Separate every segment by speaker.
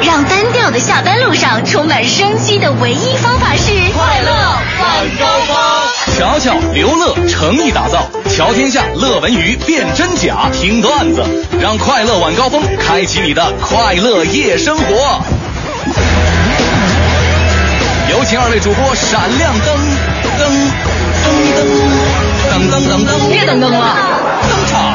Speaker 1: 让单调的下班路上充满生机的唯一方法是
Speaker 2: 快乐晚高峰。
Speaker 3: 巧巧刘乐诚意打造，瞧天下乐文娱辨真假，听段子，让快乐晚高峰开启你的快乐夜生活。有请二位主播闪亮登登登登登登登，
Speaker 4: 别等灯了，
Speaker 3: 登场。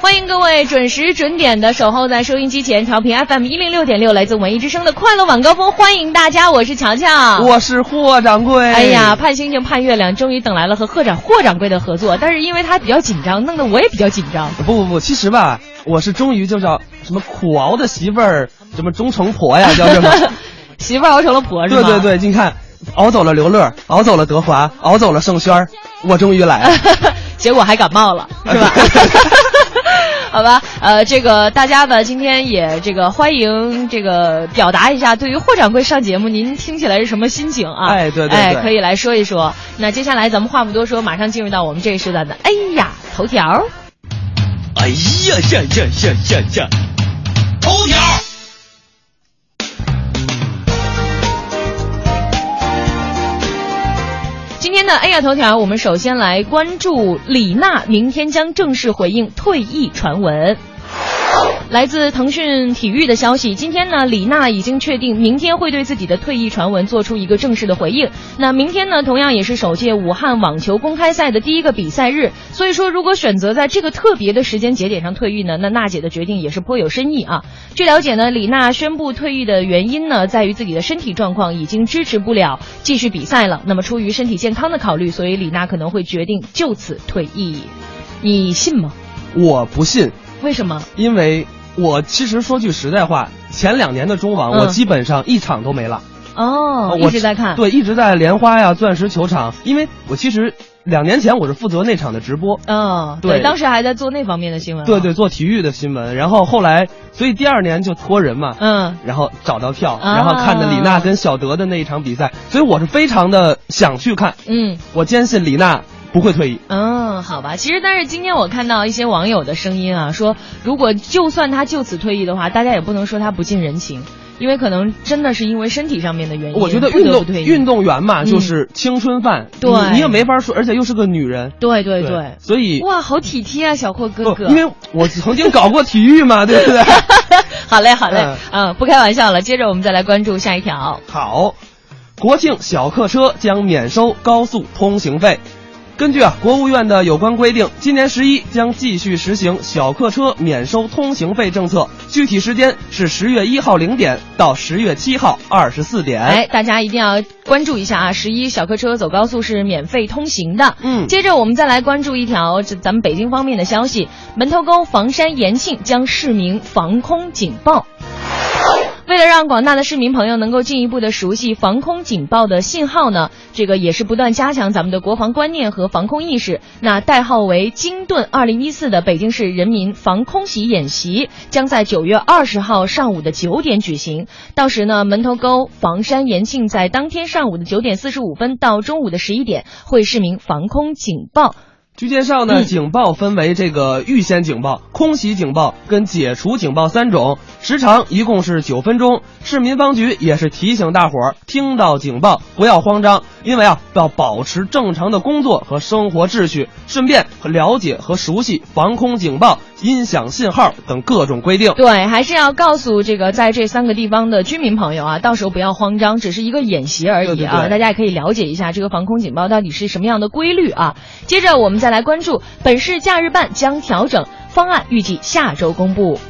Speaker 4: 欢迎各位准时准点的守候在收音机前，调频 FM 一零六点六，来自文艺之声的快乐晚高峰，欢迎大家，我是乔乔，
Speaker 5: 我是霍掌柜。
Speaker 4: 哎呀，盼星星盼月亮，终于等来了和贺展霍掌柜的合作，但是因为他比较紧张，弄得我也比较紧张。
Speaker 5: 不不不，其实吧，我是终于就叫什么苦熬的媳妇儿，什么终成婆 呀，叫什么
Speaker 4: 媳妇儿熬成了婆是
Speaker 5: 对
Speaker 4: 吗？
Speaker 5: 对对，你看，熬走了刘乐，熬走了德华，熬走了盛轩儿，我终于来了。
Speaker 4: 结果还感冒 了，是吧？ 好吧，呃，这个大家吧，今天也这个欢迎这个表达一下对于霍掌柜上节目您听起来是什么心情啊？
Speaker 5: 哎对对对
Speaker 4: 哎，可以来说一说。那接下来咱们话不多说，马上进入到我们这一时段的哎呀头条。
Speaker 3: 哎呀呀呀呀呀呀！头条。
Speaker 4: 今天的哎呀头条，我们首先来关注李娜，明天将正式回应退役传闻。来自腾讯体育的消息，今天呢，李娜已经确定明天会对自己的退役传闻做出一个正式的回应。那明天呢，同样也是首届武汉网球公开赛的第一个比赛日，所以说如果选择在这个特别的时间节点上退役呢，那娜姐的决定也是颇有深意啊。据了解呢，李娜宣布退役的原因呢，在于自己的身体状况已经支持不了继续比赛了。那么出于身体健康的考虑，所以李娜可能会决定就此退役，你哦信吗？
Speaker 5: 我不信，
Speaker 4: 为什么？
Speaker 5: 因为我其实说句实在话，前两年的中网，
Speaker 4: 嗯
Speaker 5: 我基本上一场都没落。
Speaker 4: 哦，
Speaker 5: 我
Speaker 4: 一直在看。
Speaker 5: 对，一直在莲花呀、钻石球场，因为我其实两年前我是负责那场的直播。
Speaker 4: 哦，
Speaker 5: 对
Speaker 4: 当时还在做那方面的新闻。啊
Speaker 5: 对对，，做体育的新闻，然后后来，所以第二年就托人嘛，
Speaker 4: 嗯，
Speaker 5: 然后找到票，
Speaker 4: 啊
Speaker 5: 然后看的李娜跟小德的那一场比赛，所以我是非常的想去看，
Speaker 4: 嗯。
Speaker 5: 我坚信李娜不会退役。
Speaker 4: 嗯，好吧。其实，但是今天我看到一些网友的声音啊，说如果就算他就此退役的话，大家也不能说他不近人情，因为可能真的是因为身体上面的原因，
Speaker 5: 我觉得
Speaker 4: 不
Speaker 5: 运
Speaker 4: 得
Speaker 5: 动
Speaker 4: 不退役
Speaker 5: 运，动员嘛，
Speaker 4: 嗯
Speaker 5: 就是青春饭，
Speaker 4: 对
Speaker 5: 你你也没法说，而且又是个女人，
Speaker 4: 对对
Speaker 5: 所以
Speaker 4: 哇，好体贴啊，小霍哥
Speaker 5: 不
Speaker 4: 哥。
Speaker 5: 哦因为我曾经搞过体育嘛，对不对？
Speaker 4: 好嘞，好嘞，
Speaker 5: 嗯
Speaker 4: 嗯，不开玩笑了。接着我们再来关注下一条。
Speaker 5: 好，国庆小客车将免收高速通行费。根据啊国务院的有关规定，今年十一将继续实行小客车免收通行费政策，具体时间是十月一号零点到十月七号二十四点。
Speaker 4: 哎，大家一定要关注一下啊！十一小客车走高速是免费通行的。
Speaker 5: 嗯
Speaker 4: 接着我们再来关注一条这咱们北京方面的消息：门头沟、房山、延庆将市民防空警报。为了让广大的市民朋友能够进一步的熟悉防空警报的信号呢，这个也是不断加强咱们的国防观念和防空意识。那代号为“金盾 2014” 的北京市人民防空袭演习将在九月二十号上午的九点举行。到时呢，门头沟、房山、延庆在当天上午的九点四十五分到中午的十一点会市民防空警报。
Speaker 5: 据介绍呢，
Speaker 4: 嗯
Speaker 5: 警报分为这个预先警报、空袭警报跟解除警报三种，时长一共是九分钟。市民防局也是提醒大伙儿，听到警报不要慌张，因为啊要保持正常的工作和生活秩序，顺便了解和熟悉防空警报、音响信号等各种规定。
Speaker 4: 对，还是要告诉这个在这三个地方的居民朋友啊，到时候不要慌张，只是一个演习而已啊，
Speaker 5: 对对对
Speaker 4: 大家也可以了解一下这个防空警报到底是什么样的规律啊。接着我们再来关注，本市假日办将调整方案，预计下周公布。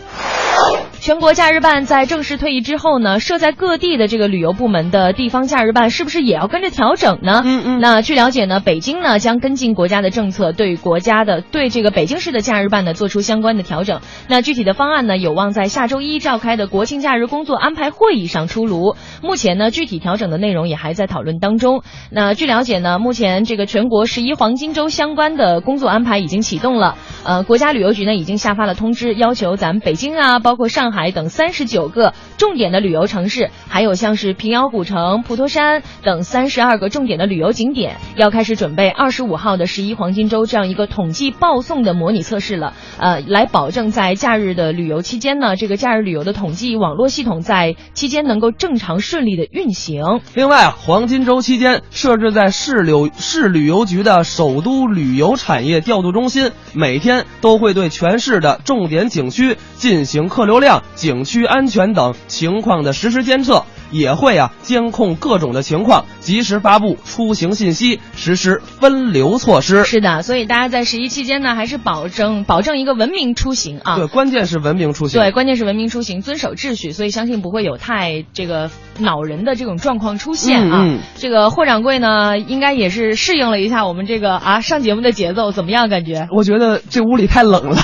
Speaker 4: 全国假日办在正式退役之后呢，设在各地的这个旅游部门的地方假日办是不是也要跟着调整呢？
Speaker 5: 嗯嗯
Speaker 4: 那据了解呢，北京呢将跟进国家的政策，对国家的对这个北京市的假日办呢做出相关的调整。那具体的方案呢，有望在下周一召开的国庆假日工作安排会议上出炉。目前呢，具体调整的内容也还在讨论当中。那据了解呢，目前这个全国十一黄金周相关的工作安排已经启动了。呃，国家旅游局呢已经下发了通知，要求咱们北京啊，包括上海。上海等三十九个重点的旅游城市，还有像是平遥古城、普陀山等三十二个重点的旅游景点，要开始准备二十五号的十一黄金周这样一个统计报送的模拟测试了。呃，来保证在假日的旅游期间呢，这个假日旅游的统计网络系统在期间能够正常顺利的运行。
Speaker 5: 另外啊，黄金周期间设置在市旅市旅游局的首都旅游产业调度中心，每天都会对全市的重点景区进行客流量、景区安全等情况的实时监测，也会啊监控各种的情况，及时发布出行信息，实施分流措施。
Speaker 4: 是的，所以大家在十一期间呢，还是保证保证一个文明出行啊。
Speaker 5: 对，关键是文明出行。
Speaker 4: 对，关键是文明出行，遵守秩序，所以相信不会有太这个恼人的这种状况出现啊。
Speaker 5: 嗯嗯
Speaker 4: 这个霍掌柜呢，应该也是适应了一下我们这个啊上节目的节奏，怎么样？感觉
Speaker 5: 我觉得这屋里太冷了。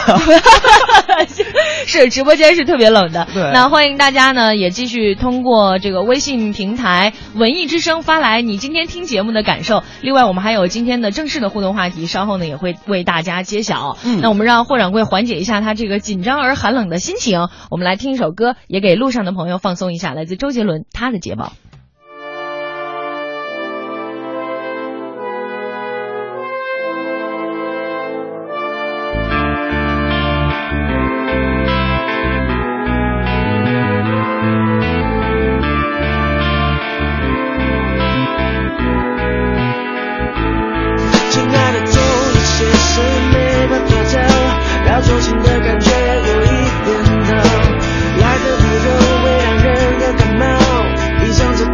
Speaker 4: 是直播间是特别冷的。
Speaker 5: 对
Speaker 4: 那欢迎大家呢，也继续通过这个微信平台“文艺之声”发来你今天听节目的感受。另外，我们还有今天的正式的互动话题，稍后呢也会为大家揭晓。
Speaker 5: 嗯
Speaker 4: 那我们让霍掌柜缓解一下他这个紧张而寒冷的心情，我们来听一首歌，也给路上的朋友放松一下。来自周杰伦，《他的捷报》。
Speaker 6: 亲爱的，总有些事没法做到，要走心的感觉有一点糟。来的温柔会让人的感冒，一想着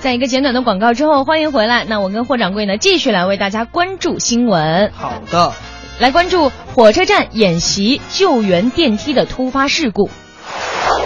Speaker 4: 在一个简短的广告之后，欢迎回来。那我跟霍掌柜呢，继续来为大家关注新闻。
Speaker 5: 好的，
Speaker 4: 来关注火车站演习救援电梯的突发事故。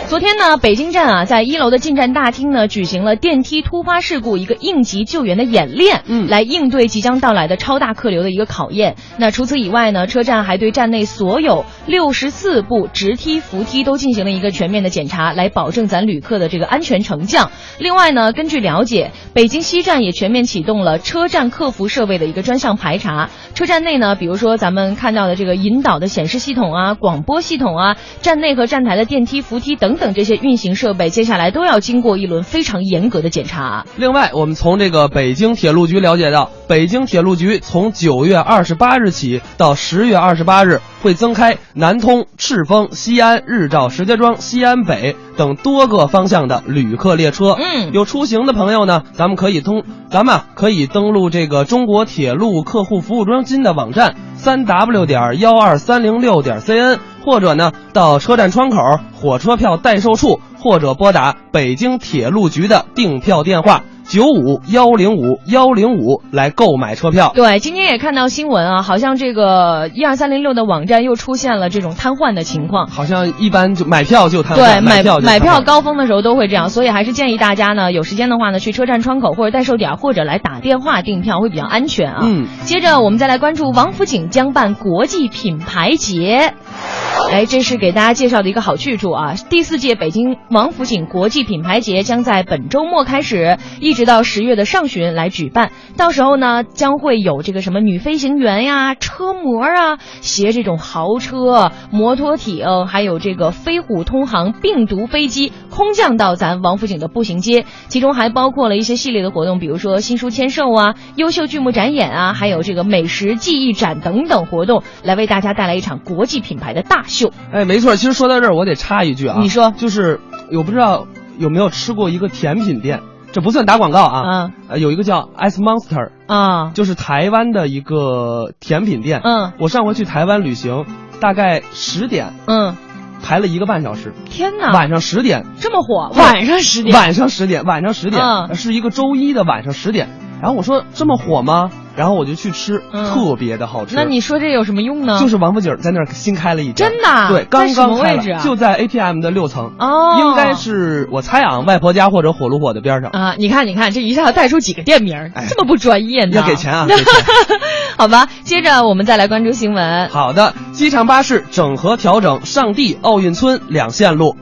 Speaker 4: 昨天呢，北京站啊，在一楼的进站大厅呢，举行了电梯突发事故一个应急救援的演练，
Speaker 5: 嗯
Speaker 4: 来应对即将到来的超大客流的一个考验。那除此以外呢，车站还对站内所有六十四部直梯、扶梯都进行了一个全面的检查，来保证咱旅客的这个安全乘降。另外呢，根据了解，北京西站也全面启动了车站客服设备的一个专项排查。车站内呢，比如说咱们看到的这个引导的显示系统啊、广播系统啊、站内和站台的电梯、扶梯等等这些运行设备，接下来都要经过一轮非常严格的检查。
Speaker 5: 另外，我们从这个北京铁路局了解到，北京铁路局从九月二十八日起到十月二十八日，会增开南通、赤峰、西安、日照、石家庄、西安北等多个方向的旅客列车。
Speaker 4: 嗯
Speaker 5: 有出行的朋友呢，咱们可以通，咱们啊可以登录这个中国铁路客户服务中心的网站，三 w 点幺二三零六点 cn，或者呢到车站窗口火车票代售处，或者拨打北京铁路局的订票电话九五幺零五幺零五来购买车票。
Speaker 4: 对，今天也看到新闻啊，好像这个一二三零六的网站又出现了这种瘫痪的情况。
Speaker 5: 好像一般就买票就瘫痪，
Speaker 4: 对，买
Speaker 5: 票就
Speaker 4: 买
Speaker 5: 瘫痪
Speaker 4: 票高峰的时候都会这样，所以还是建议大家呢，有时间的话呢，去车站窗口或者代售点，或者来打电话订票会比较安全啊。
Speaker 5: 嗯，
Speaker 4: 接着我们再来关注王府井将办国际品牌节。哎，这是给大家介绍的一个好去处啊！第四届北京王府井国际品牌节将在本周末开始，一直到十月的上旬来举办。到时候呢，将会有这个什么女飞行员呀、车模啊、 携这种豪车、摩托艇，还有这个飞虎通航病毒飞机空降到咱王府井的步行街，其中还包括了一些系列的活动，比如说新书签售啊、优秀剧目展演啊，还有这个美食记忆展等等活动，来为大家带来一场国际品牌的大秀。
Speaker 5: 哎，没错。其实说到这儿，我得插一句啊，
Speaker 4: 你说
Speaker 5: 就是我不知道有没有吃过一个甜品店，这不算打广告啊，
Speaker 4: 啊
Speaker 5: 呃有一个叫 Ice Monster，
Speaker 4: 啊，
Speaker 5: 就是台湾的一个甜品店。
Speaker 4: 嗯
Speaker 5: 我上回去台湾旅行，大概十点
Speaker 4: 嗯，
Speaker 5: 排了一个半小时，
Speaker 4: 天哪，
Speaker 5: 晚上十点，
Speaker 4: 啊这么火，晚上十点，
Speaker 5: 晚上十点，晚上十点、
Speaker 4: 嗯
Speaker 5: 是一个周一的晚上十点。然后我说这么火吗？然后我就去吃，
Speaker 4: 嗯
Speaker 5: 特别的好吃。
Speaker 4: 那你说这有什么用呢？
Speaker 5: 就是王府井在那儿新开了一家，
Speaker 4: 真的啊
Speaker 5: 对，
Speaker 4: 在
Speaker 5: 刚
Speaker 4: 什么
Speaker 5: 刚开
Speaker 4: 位
Speaker 5: 了
Speaker 4: 置啊
Speaker 5: 就在 ATM 的六层。
Speaker 4: 哦，
Speaker 5: 应该是我猜啊，外婆家或者火炉火的边上。
Speaker 4: 啊，你看，你看，这一下带出几个店名儿，
Speaker 5: 哎
Speaker 4: 这么不专业呢？
Speaker 5: 要给钱啊给钱
Speaker 4: 好吧，接着我们再来关注新闻。
Speaker 5: 好的，机场巴士整合调整上地奥运村两线路。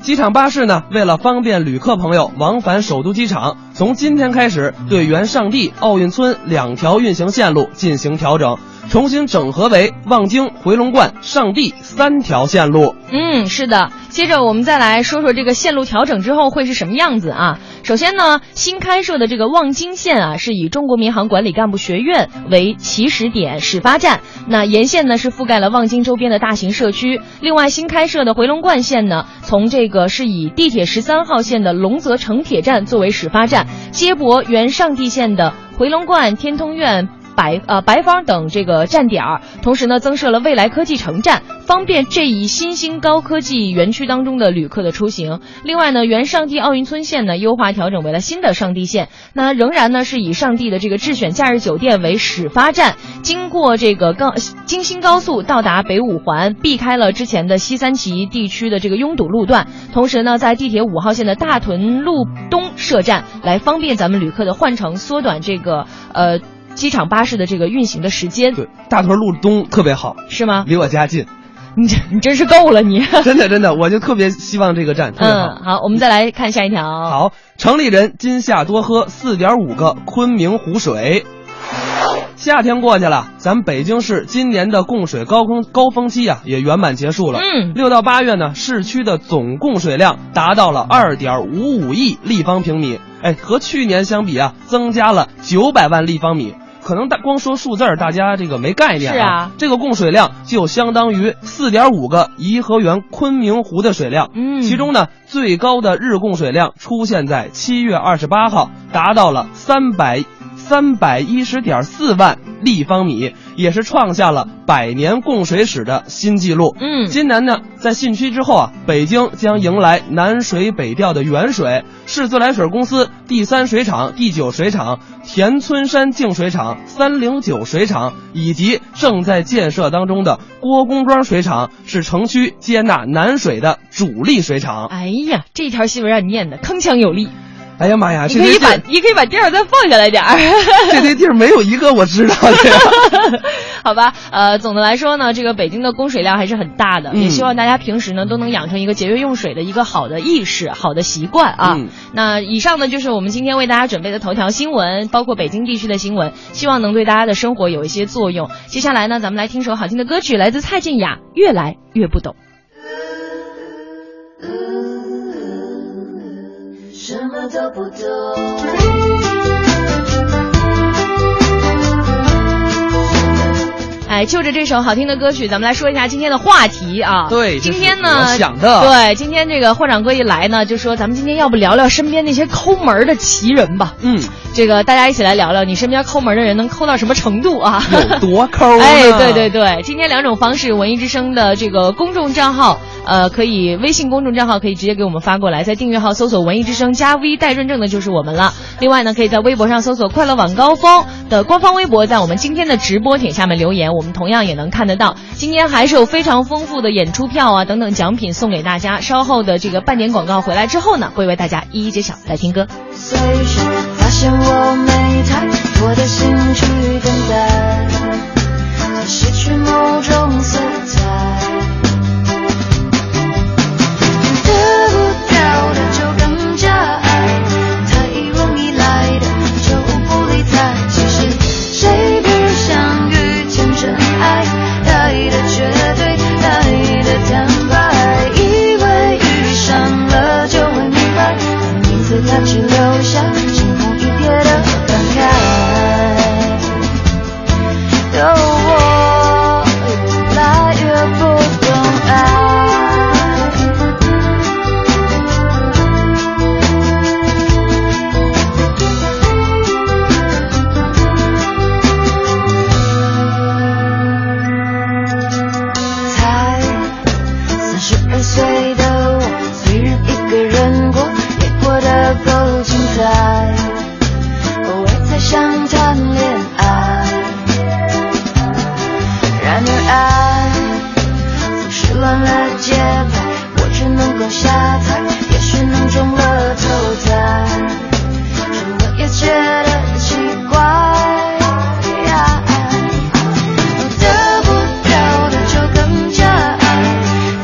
Speaker 5: 机场巴士呢，为了方便旅客朋友往返首都机场，从今天开始对原上地奥运村两条运行线路进行调整，重新整合为望京、回龙观、上地三条线路。
Speaker 4: 嗯，是的。接着我们再来说说这个线路调整之后会是什么样子啊？首先呢，新开设的这个望京线啊，是以中国民航管理干部学院为起始点始发站。那沿线呢是覆盖了望京周边的大型社区。另外，新开设的回龙观线呢，从这个是以地铁十三号线的龙泽城铁站作为始发站，接驳原上地线的回龙观、天通苑、白呃白方等这个站点儿，同时呢增设了未来科技城站，方便这一新兴高科技园区当中的旅客的出行。另外呢，原上地奥运村线呢优化调整为了新的上地线，那仍然呢是以上地的这个智选假日酒店为始发站，经过这个高京新高速到达北五环，避开了之前的西三旗地区的这个拥堵路段，同时呢在地铁五号线的大屯路东设站，来方便咱们旅客的换乘，缩短这个呃。机场巴士的这个运行的时间，
Speaker 5: 对，大屯路东特别好，
Speaker 4: 是吗？
Speaker 5: 离我家近，
Speaker 4: 你这你真是够了 你。
Speaker 5: 真的真的，我就特别希望这个站特别好。
Speaker 4: 嗯，好，我们再来看下一条。，
Speaker 5: 啊好，城里人今夏多喝四点五个昆明湖水。夏天过去了，咱们北京市今年的供水高峰高峰期啊也圆满结束了。
Speaker 4: 嗯
Speaker 5: 六到八月呢，市区的总供水量达到了二点五五亿立方平米，哎，和去年相比啊，增加了九百万立方米。可能大光说数字儿，大家这个没概念
Speaker 4: 是啊
Speaker 5: 这个供水量就相当于四点五个颐和园昆明湖的水量。
Speaker 4: 嗯
Speaker 5: 其中呢，最高的日供水量出现在七月二十八号，达到了三百三百一十点四万立方米，也是创下了百年供水史的新纪录。
Speaker 4: 嗯
Speaker 5: 今年呢，在汛区之后啊，北京将迎来南水北调的远水。市自来水公司第三水厂、第九水厂、田村山净水厂、三零九水厂以及正在建设当中的郭公庄水厂，是城区接纳南水的主力水 厂。
Speaker 4: 哎呀，这条新闻让你念的铿锵有力，
Speaker 5: 哎呀妈呀，
Speaker 4: 你
Speaker 5: 这
Speaker 4: 可以
Speaker 5: 些地
Speaker 4: 把
Speaker 5: 儿
Speaker 4: 你可以把第二段放下来点儿。
Speaker 5: 这些地儿没有一个我知道的呀。
Speaker 4: 好吧，呃，总的来说呢，这个北京的供水量还是很大的，
Speaker 5: 嗯
Speaker 4: 也希望大家平时呢都能养成一个节约用水的一个好的意识、好的习惯 啊。
Speaker 5: 嗯
Speaker 4: 那以上呢就是我们今天为大家准备的头条新闻，包括北京地区的新闻，希望能对大家的生活有一些作用。接下来呢，咱们来听首好听的歌曲，来自蔡健雅，《越来越不懂》。
Speaker 1: 什么都不懂。
Speaker 4: 哎，就着这首好听的歌曲，咱们来说一下今天的话题啊。
Speaker 5: 对这
Speaker 4: 今
Speaker 5: 是
Speaker 4: 天呢，
Speaker 5: 我想的
Speaker 4: 对，今天这个会长哥一来呢，就说咱们今天要不聊聊身边那些抠门儿的奇人吧。
Speaker 5: 嗯，
Speaker 4: 这个大家一起来聊聊，你身边抠门的人能抠到什么程度啊？
Speaker 5: 有多抠呢？
Speaker 4: 哎，对对对，今天两种方式，文艺之声的这个公众账号，呃，可以微信公众账号可以直接给我们发过来，在订阅号搜索“文艺之声”加 V 带认证的就是我们了。另外呢，可以在微博上搜索“快乐晚高峰”的官方微博，在我们今天的直播帖下面留言，我们同样也能看得到。今天还是有非常丰富的演出票啊等等奖品送给大家。稍后的这个半点广告回来之后呢，会为大家一一揭晓。来听歌。
Speaker 1: 随时发现我没谈我的兴趣更淡，失去某种色彩。得不到的就更加爱，太容易来的就不理睬。其实谁只想遇见真爱，爱的绝对，爱的坦白，以为遇上了就会明白，名字它只留下惊鸿一瞥的感慨。的我越来越不懂爱。才三十二岁的我，虽然一个人过，也过得够精彩，偶尔才想谈恋爱。然而爱总是乱了节拍，我只能够下台，也许能中了头彩，什么也觉得奇怪。得不到的就更加爱，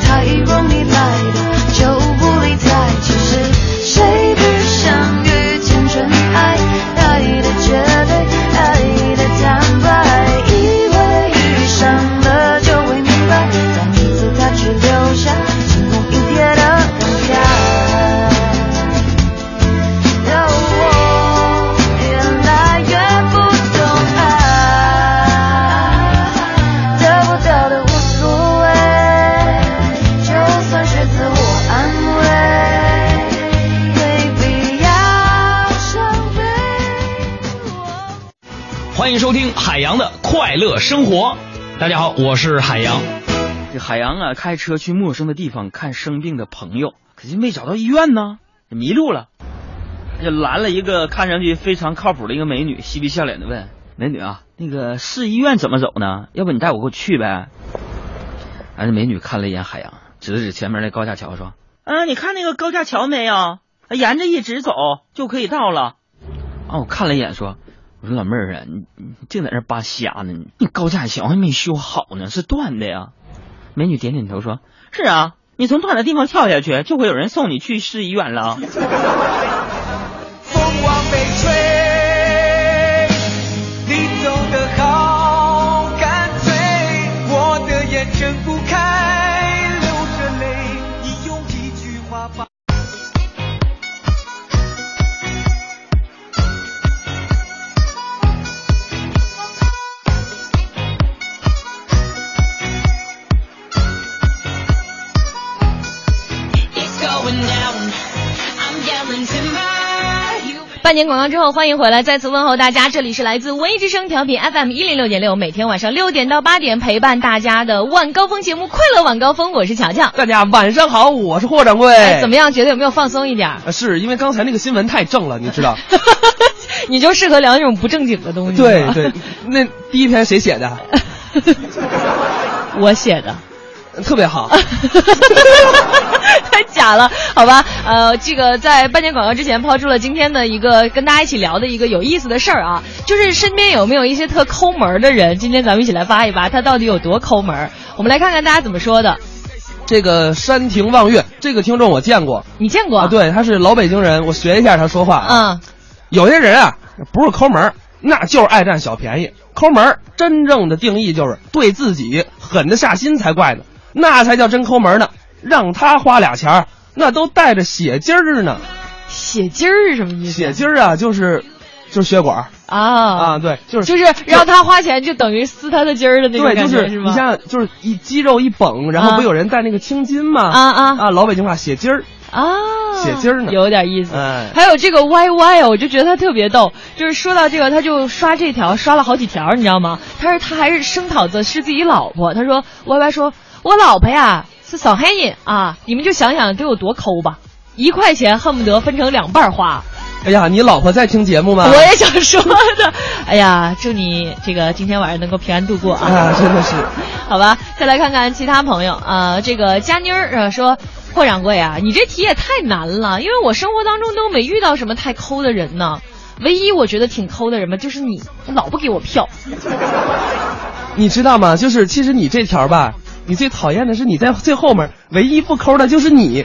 Speaker 1: 太容易来的就不理睬。其实谁只想遇见真爱，爱的绝对，爱的坦白，以为遇上了就会明白，但名字它只留下惊鸿一瞥的感慨。让我越来越不懂爱，得不到的无所谓，就算是自我安慰，没必要伤悲。
Speaker 3: 欢迎收听海洋的快乐生活。大家好，我是海洋。
Speaker 7: 这海洋啊，开车去陌生的地方看生病的朋友，可是没找到医院呢，迷路了，他就拦了一个看上去非常靠谱的一个美女，嬉皮笑脸的问：“美女啊，那个市医院怎么走呢？要不你带我给我去呗？”啊，那美女看了一眼海洋，指了指前面的高架桥，说：“啊，你看那个高架桥没有？沿着一直走就可以到了。”啊，我看了一眼，说：“我说老妹儿啊，你你净在那儿扒瞎呢，你你高架桥还没修好呢，是断的呀。”美女点点头说：“是啊，你从断的地方跳下去，就会有人送你去市医院了。”
Speaker 8: 风往北吹，你走得好干脆，我的眼睁不开，流着泪，你用一句话把。
Speaker 1: It's going down. I'm yelling timber.
Speaker 4: 半年广告之后，欢迎回来，再次问候大家。这里是来自文艺之声调频 FM 一零六点六，每天晚上六点到八点陪伴大家的晚高峰节目《快乐晚高峰》，我是乔乔。
Speaker 5: 大家晚上好，我是霍掌柜。
Speaker 4: 哎，怎么样？觉得有没有放松一点儿？
Speaker 5: 呃？是因为刚才那个新闻太正了，你知道？
Speaker 4: 你就适合聊那种不正经的东西。
Speaker 5: 对
Speaker 4: 是吧
Speaker 5: 对，那第一篇谁 写的？
Speaker 4: 我写的。
Speaker 5: 特 别好。
Speaker 4: 太假了，好吧，呃，这个在半年广告之前抛出了今天的一个跟大家一起聊的一个有意思的事儿啊，就是身边有没有一些特抠门儿的人？今天咱们一起来扒一扒，他到底有多抠门儿？我们来看看大家怎么说的。
Speaker 5: 这个山亭望月，这个听众我见过
Speaker 4: 你见过？
Speaker 5: 啊，，对，他是老北京人，我学一下他说话。
Speaker 4: 嗯，
Speaker 5: 啊。有些人啊，不是抠门儿，那就是爱占小便宜。抠门儿真正的定义就是对自己狠得下心才怪呢，那才叫真抠门呢。让他花俩钱儿，那都带着血筋儿呢。
Speaker 4: 血筋儿是什么意思？
Speaker 5: 血筋儿啊，就是就是血管儿
Speaker 4: 啊
Speaker 5: 啊，
Speaker 4: 啊，
Speaker 5: 对，就是
Speaker 4: 就是让他花钱就等于撕他的筋儿的那种
Speaker 5: 对，
Speaker 4: 感
Speaker 5: 就
Speaker 4: 觉，
Speaker 5: 是
Speaker 4: 是
Speaker 5: 你
Speaker 4: 吗？
Speaker 5: 想想，就是一肌肉一绷，然后
Speaker 4: 啊
Speaker 5: 不有人戴那个青筋吗？
Speaker 4: 啊啊
Speaker 5: 啊，老北京话血筋儿，
Speaker 4: 啊，
Speaker 5: 血筋儿呢
Speaker 4: 有点意思。
Speaker 5: 哎，
Speaker 4: 还有这个 Y Y 啊，我就觉得他特别逗，就是说到这个，他就刷这条，刷了好几条，你知道吗？他是他还是声讨的是自己老婆，他说 Y Y 说，我老婆呀是扫黑人啊，你们就想想得有多抠吧，一块钱恨不得分成两半儿花。
Speaker 5: 哎呀，你老婆在听节目吗？
Speaker 4: 我也想说的，哎呀，祝你这个今天晚上能够平安度过
Speaker 5: 啊，真的是，
Speaker 4: 好吧，再来看看其他朋友啊、呃这个佳妮儿呃说。霍掌柜啊，你这题也太难了，因为我生活当中都没遇到什么太抠的人呢。唯一我觉得挺抠的人吧，就是你，老不给我票。
Speaker 5: 你知道吗？就是其实你这条吧，你最讨厌的是你在最后面，唯一不抠的就是你，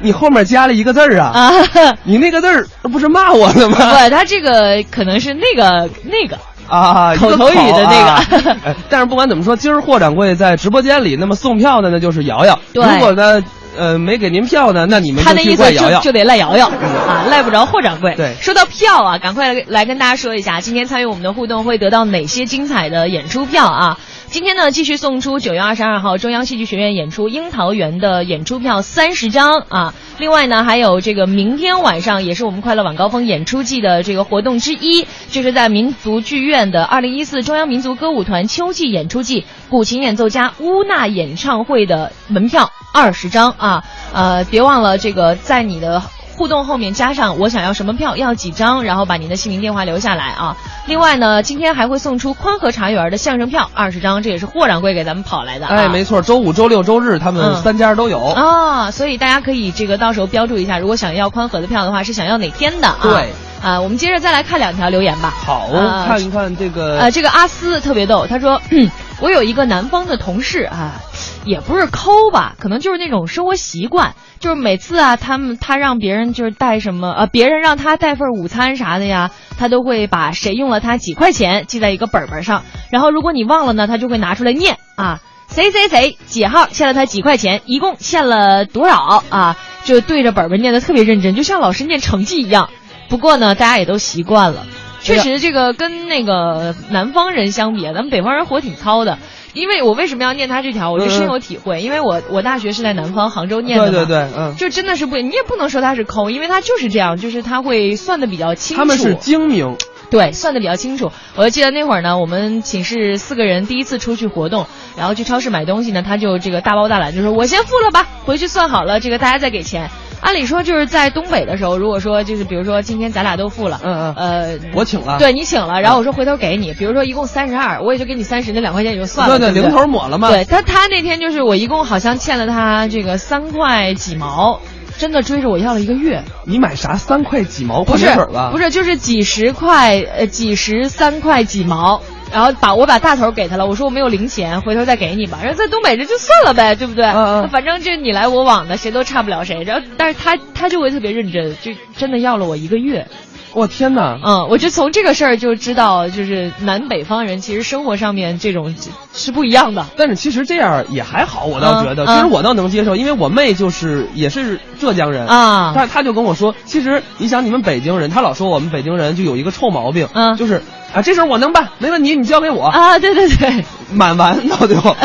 Speaker 5: 你后面加了一个字儿啊，
Speaker 4: 啊，
Speaker 5: 你那个字儿不是骂我呢吗？
Speaker 4: 不，他这个可能是那个那个，
Speaker 5: 啊，一个
Speaker 4: 口头语的那个
Speaker 5: 口啊哎但是不管怎么说，今儿霍掌柜在直播间里，那么送票的呢就是瑶瑶。
Speaker 4: 对
Speaker 5: 如果呢，呃，没给您票呢，那你们
Speaker 4: 他
Speaker 5: 就
Speaker 4: 那
Speaker 5: 去
Speaker 4: 意思
Speaker 5: 怪瑶
Speaker 4: 就
Speaker 5: 瑶。嗯
Speaker 4: 就得赖瑶瑶啊，赖不着霍掌柜。
Speaker 5: 对
Speaker 4: 说到票啊，赶快来来跟大家说一下，今天参与我们的互动会得到哪些精彩的演出票啊？今天呢，继续送出九月二十二号中央戏剧学院演出《樱桃园》的演出票三十张啊！另外呢，还有这个明天晚上也是我们快乐晚高峰演出季的这个活动之一，就是在民族剧院的二零一四中央民族歌舞团秋季演出季古琴演奏家乌娜演唱会的门票二十张啊！呃，别忘了这个在你的互动后面加上我想要什么票，要几张，然后把您的姓名、电话留下来啊。另外呢，今天还会送出宽和茶园的相声票二十张，这也是霍掌柜给咱们跑来的、啊。
Speaker 5: 哎，没错，周五、周六、周日他们
Speaker 4: 嗯
Speaker 5: 三家都有。
Speaker 4: 啊、所以大家可以这个到时候标注一下，如果想要宽和的票的话，是想要哪天的啊？
Speaker 5: 对。
Speaker 4: 啊，我们接着再来看两条留言吧。
Speaker 5: 好，
Speaker 4: 啊
Speaker 5: 看一看这个。
Speaker 4: 呃，这个阿斯特别逗，他说：“嗯我有一个南方的同事啊，也不是抠吧，可能就是那种生活习惯，就是每次啊，他们他让别人就是带什么呃，别人让他带份午餐啥的呀，他都会把谁用了他几块钱记在一个本本上，然后如果你忘了呢，他就会拿出来念啊。”谁谁谁几号欠了他几块钱，一共欠了多少啊？就对着本本念的特别认真，就像老师念成绩一样。不过呢，大家也都习惯了。确实，这个跟那个南方人相比，咱们北方人活挺糙的。因为我为什么要念他这条，我就深有体会，因为我我大学是在南方杭州念的
Speaker 5: 对
Speaker 4: 嘛。
Speaker 5: 嗯对对，嗯，
Speaker 4: 就真的是不，你也不能说他是抠，因为他就是这样，就是他会算的比较清楚。
Speaker 5: 他们是精明，
Speaker 4: 对，算的比较清楚。我就记得那会儿呢，我们寝室四个人第一次出去活动，然后去超市买东西呢，他就这个大包大揽，就说我先付了吧，回去算好了，这个大家再给钱。按理说就是在东北的时候，如果说就是比如说今天咱俩都付了，
Speaker 5: 嗯嗯，
Speaker 4: 呃，
Speaker 5: 我请了。
Speaker 4: 对你请了，然后我
Speaker 5: 啊
Speaker 4: 说回头给你，比如说一共三十二，我也就给你三十，那两块钱也就算了，对
Speaker 5: 对
Speaker 4: 不对
Speaker 5: 零头抹了嘛。
Speaker 4: 对他，他那天就是我一共好像欠了他这个三块几毛，真的追着我要了一个月。
Speaker 5: 你买啥三块几毛
Speaker 4: 不
Speaker 5: 矿
Speaker 4: 是
Speaker 5: 泉水吧？
Speaker 4: 不，是，就是几十块，呃，几十三块几毛。然后把我把大头给他了，我说我没有零钱，回头再给你吧。然后在东北这就算了呗，对不对？
Speaker 5: 嗯嗯
Speaker 4: 反正这你来我往的，谁都差不了谁。然后，但是他他就会特别认真，就真的要了我一个月。
Speaker 5: 我天哪！
Speaker 4: 嗯，我就从这个事儿就知道，就是南北方人其实生活上面这种是不一样的。
Speaker 5: 但是其实这样也还好，我倒觉得，
Speaker 4: 嗯
Speaker 5: 其实
Speaker 4: 嗯
Speaker 5: 我倒能接受，因为我妹就是也是浙江人
Speaker 4: 啊
Speaker 5: 她她就跟我说，其实你想你们北京人，她老说我们北京人就有一个臭毛病，
Speaker 4: 嗯
Speaker 5: 就是啊这事儿我能办，没问题，你交给我，
Speaker 4: 啊，对对对，
Speaker 5: 满 完到最后。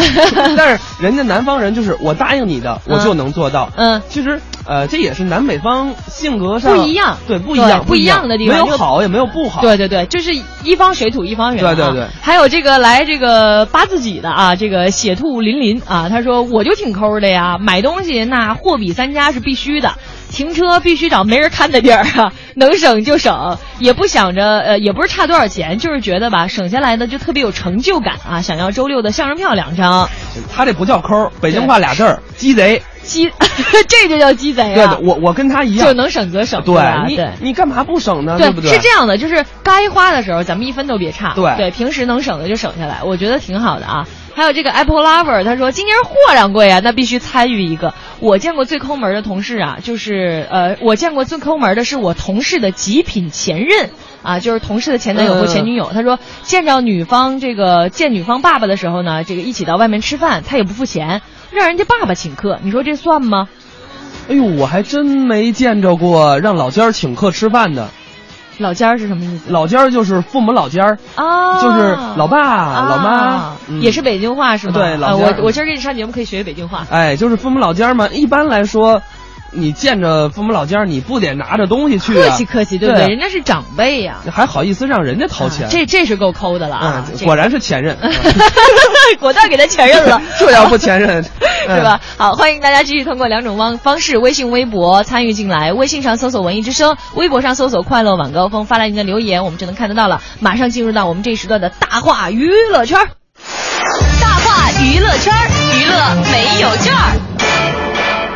Speaker 5: 但是人家南方人就是我答应你的，我就能做到。
Speaker 4: 嗯
Speaker 5: 其实呃，这也是南北方性格上
Speaker 4: 不一样
Speaker 5: 对，不一
Speaker 4: 对
Speaker 5: 样，
Speaker 4: 不一样的地方
Speaker 5: 没有
Speaker 4: 就
Speaker 5: 好也没有不好，
Speaker 4: 对对对，就是一方水土一方人、啊。
Speaker 5: 对对对
Speaker 4: 还有这个来这个扒自己的啊，这个血兔淋淋啊，他说我就挺抠的呀，买东西那货比三家是必须的。停车必须找没人看的地儿啊， 能省就省，也不想着呃，也不是差多少钱，就是觉得吧，省下来的就特别有成就感啊。想要周六的相声票两张，
Speaker 5: 他这不叫抠儿，北京话俩字儿鸡贼。
Speaker 4: 鸡， 这就叫鸡贼
Speaker 5: 对
Speaker 4: 啊！
Speaker 5: 的，我我跟他一样，
Speaker 4: 就能省则省，
Speaker 5: 对
Speaker 4: 吧？
Speaker 5: 你
Speaker 4: 对。
Speaker 5: 你干嘛不省呢？啊不对？
Speaker 4: 是这样的，就是该花的时候，咱们一分都别差。
Speaker 5: 对
Speaker 4: 平时能省的就省下来，我觉得挺好的啊。还有这个 Apple Lover，他说今年货量贵啊，那必须参与一个。我见过最抠门的同事啊，就是呃，我见过最抠门的是我同事的极品前任啊，就是同事的前男
Speaker 5: 嗯
Speaker 4: 友或前女友。他说见着女方这个见女方爸爸的时候呢，这个一起到外面吃饭，他也不付钱，让人家爸爸请客，你说这算吗？
Speaker 5: 哎呦，我还真没见着过让老尖儿请客吃饭的。
Speaker 4: 老家儿是什么意思？
Speaker 5: 老尖儿就是父母老尖儿，
Speaker 4: 啊，
Speaker 5: 就是老爸、老妈
Speaker 4: 啊，
Speaker 5: 嗯
Speaker 4: 也是。北京话是吗？
Speaker 5: 对老
Speaker 4: 啊
Speaker 5: 家儿
Speaker 4: 我我今儿给你上节目可以学北京话。
Speaker 5: 哎，就是父母老尖儿嘛。一般来说，你见着父母老尖儿，你不得拿着东西去、
Speaker 4: 客
Speaker 5: 啊？
Speaker 4: 气客气，对
Speaker 5: 对
Speaker 4: 不对？
Speaker 5: 啊
Speaker 4: 人家是长辈呀，
Speaker 5: 还好意思让人家掏钱？
Speaker 4: 啊这这是够抠的了啊！
Speaker 5: 嗯
Speaker 4: 这个
Speaker 5: 果然是前任， 。
Speaker 4: 果断给他前任了
Speaker 5: 这要不前任， 嗯
Speaker 4: 是吧？好，欢迎大家继续通过两种方方式，微信、微博参与进来。微信上搜索“文艺之声”，微博上搜索“快乐晚高峰”，发来您的留言，我们就能看得到了。马上进入到我们这一时段的大话娱乐圈儿，
Speaker 1: 大话娱乐圈儿，娱乐没有券儿。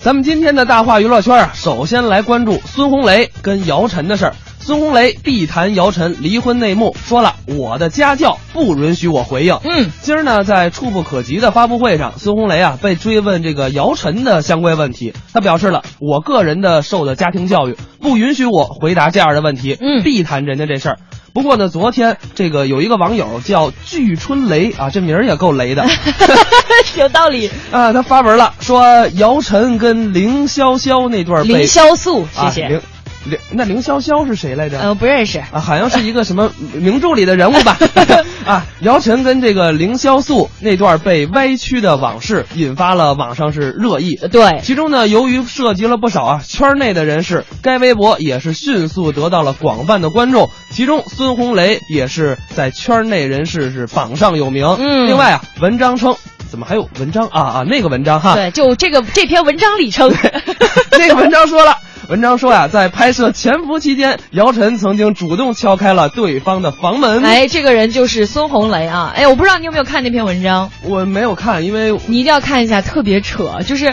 Speaker 5: 咱们今天的大话娱乐圈啊，首先来关注孙红雷跟姚晨的事儿。孙红雷必谈姚晨离婚内幕，说了我的家教不允许我回应。
Speaker 4: 嗯，
Speaker 5: 今儿呢，在触不可及的发布会上，孙红雷啊被追问这个姚晨的相关问题，他表示了我个人的受的家庭教育不允许我回答这样的问题，
Speaker 4: 嗯
Speaker 5: 必谈人家这事儿。不过呢，昨天这个有一个网友叫巨春雷啊，这名儿也够 雷的，
Speaker 4: 有道理。
Speaker 5: 啊，他发文了，说姚晨跟凌潇潇那段被
Speaker 4: 凌潇肃，谢
Speaker 5: 啊
Speaker 4: 谢。
Speaker 5: 凌凌那凌潇潇是谁来着？
Speaker 4: 呃，不认识。
Speaker 5: 啊，好像是一个什么名著里的人物 吧？啊，姚晨跟这个凌潇肃那段被歪曲的往事，引发了网上是热议。
Speaker 4: 对，
Speaker 5: 其中呢，由于涉及了不少啊圈内的人士，该微博也是迅速得到了广泛的关注。其中，孙红雷也是在圈内人士是榜上有名。
Speaker 4: 嗯
Speaker 5: 另外啊，文章称怎么还有文章啊啊那个文章哈，
Speaker 4: 对，就这个这篇文章里称，
Speaker 5: 那个文章说了。文章说呀、在拍摄《潜伏》期间，姚晨曾经主动敲开了对方的房门。，
Speaker 4: 哎，这个人就是孙红雷啊！哎，我不知道你有没有看那篇文章，
Speaker 5: 我没有看，因为
Speaker 4: 你一定要看一下，特别扯，就是，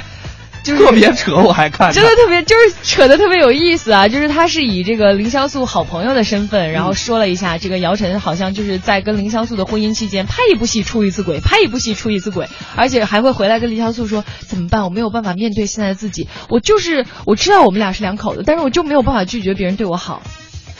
Speaker 4: 就是
Speaker 5: 特别扯，我还看着。
Speaker 4: 真的特别，就是扯的特别有意思啊！就是他是以这个凌潇肃好朋友的身份，
Speaker 5: 嗯
Speaker 4: 然后说了一下这个姚晨好像就是在跟凌潇肃的婚姻期间，拍一部戏出一次轨，拍一部戏出一次轨，而且还会回来跟凌潇肃说怎么办？我没有办法面对现在的自己，我就是我知道我们俩是两口子，但是我就没有办法拒绝别人对我好。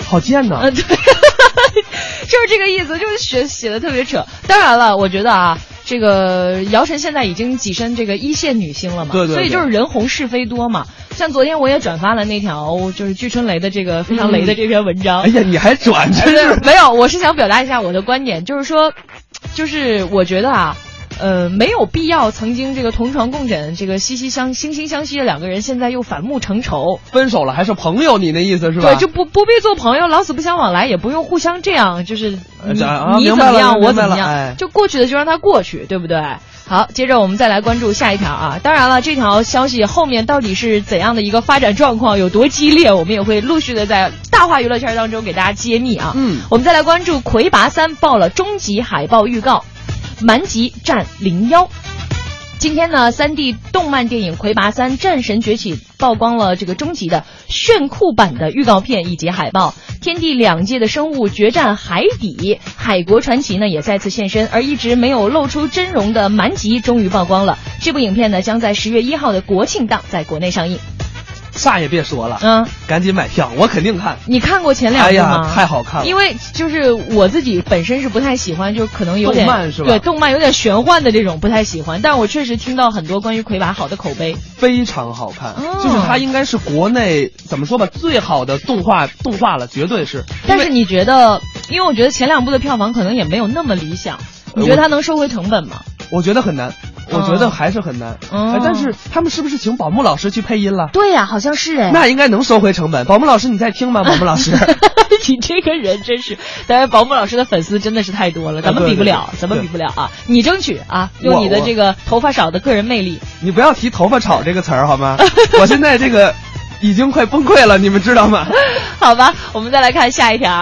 Speaker 5: 好贱呐、
Speaker 4: 嗯，对， 是不是这个意思？就是写写的特别扯。当然了，我觉得啊，这个姚晨现在已经跻身这个一线女星了嘛，
Speaker 5: 对对对
Speaker 4: 所以就是人红是非多嘛。像昨天我也转发了那条就是具春雷的这个非常雷的这篇文章，呃
Speaker 5: 哎呀，你还转，真是
Speaker 4: 没有，我是想表达一下我的观点，就是说，就是我觉得啊。呃，没有必要。曾经这个同床共枕，这个息息相惺惺相惜的两个人，现在又反目成仇，
Speaker 5: 分手了还是朋友？你那意思是吧？
Speaker 4: 对，就不不必做朋友，老死不相往来，也不用互相这样，就是
Speaker 5: 呃
Speaker 4: 你、
Speaker 5: 这啊
Speaker 4: 你
Speaker 5: 明
Speaker 4: 怎
Speaker 5: 白
Speaker 4: 么
Speaker 5: 了
Speaker 4: 样，我
Speaker 5: 明白
Speaker 4: 怎么
Speaker 5: 了
Speaker 4: 样，
Speaker 5: 哎
Speaker 4: 就过去的就让它过去，对不对？好，接着我们再来关注下一条啊。当然了，这条消息后面到底是怎样的一个发展状况，有多激烈，我们也会陆续的在大话娱乐圈当中给大家揭秘啊。
Speaker 5: 嗯
Speaker 4: 我们再来关注《魁拔三》爆了终极海报预告，蛮吉战零幺。今天呢，三 D 动漫电影《魁拔三：战神崛起》曝光了这个终极的炫酷版的预告片以及海报。天地两界的生物决战海底，海国传奇呢也再次现身，而一直没有露出真容的蛮吉终于曝光了。这部影片呢将在十月一号的国庆档在国内上映。
Speaker 5: 啥也别说了，
Speaker 4: 嗯，
Speaker 5: 赶紧买票，我肯定看。
Speaker 4: 你看过前两
Speaker 5: 哎
Speaker 4: 部
Speaker 5: 呀
Speaker 4: 吗？，
Speaker 5: 太好看了！
Speaker 4: 因为就是我自己本身是不太喜欢，就可能有点
Speaker 5: 动漫是吧
Speaker 4: 对动漫有点玄幻的这种不太喜欢，但我确实听到很多关于魁拔好的口碑。
Speaker 5: 非常好看，
Speaker 4: 哦
Speaker 5: 就是它应该是国内怎么说吧，最好的动画动画了，绝对是。呃
Speaker 4: 但是你觉得，因为我觉得前两部的票房可能也没有那么理想，你觉得他能收回成本吗？
Speaker 5: 我觉得很难，我觉得还是很难。
Speaker 4: 嗯
Speaker 5: 哎但是他们是不是请宝木老师去配音了？
Speaker 4: 对呀、好像是 哎。
Speaker 5: 那应该能收回成本。宝木老师，你在听吗？宝木老师，
Speaker 4: 你这个人真是，当然宝木老师的粉丝真的是太多了，咱们比不了，咱们比不了啊！你争取啊，用你的这个头发少的个人魅力，
Speaker 5: 你不要提“头发炒”这个词儿好吗？我现在这个已经快崩溃了，你们知道吗？
Speaker 4: 好吧？我们再来看下一条，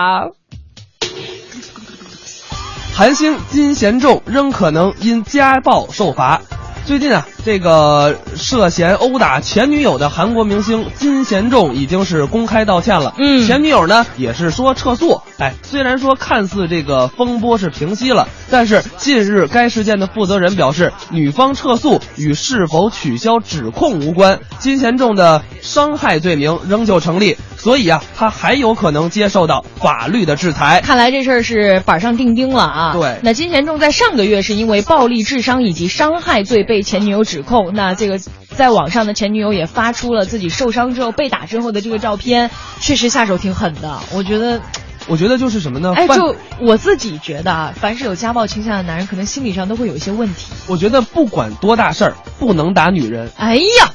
Speaker 5: 韩星金贤重仍可能因家暴受罚。最近啊，这个涉嫌殴打前女友的韩国明星金贤重已经是公开道歉了。
Speaker 4: 嗯
Speaker 5: 前女友呢也是说撤诉。哎，虽然说看似这个风波是平息了，但是近日该事件的负责人表示，女方撤诉与是否取消指控无关，金贤重的伤害罪名仍旧成立，所以啊，他还有可能接受到法律的制裁。
Speaker 4: 看来这事儿是板上钉钉了啊。
Speaker 5: 对
Speaker 4: 那金贤重在上个月是因为暴力、智商以及伤害罪被前女友指控，那这个在网上的前女友也发出了自己受伤之后被打之后的这个照片，确实下手挺狠的，我觉得。
Speaker 5: 我觉得就是什么呢？
Speaker 4: 哎，
Speaker 5: 犯
Speaker 4: 就我自己觉得啊，凡是有家暴倾向的男人，可能心理上都会有一些问题。
Speaker 5: 我觉得不管多大事儿，不能打女人。
Speaker 4: 哎呀，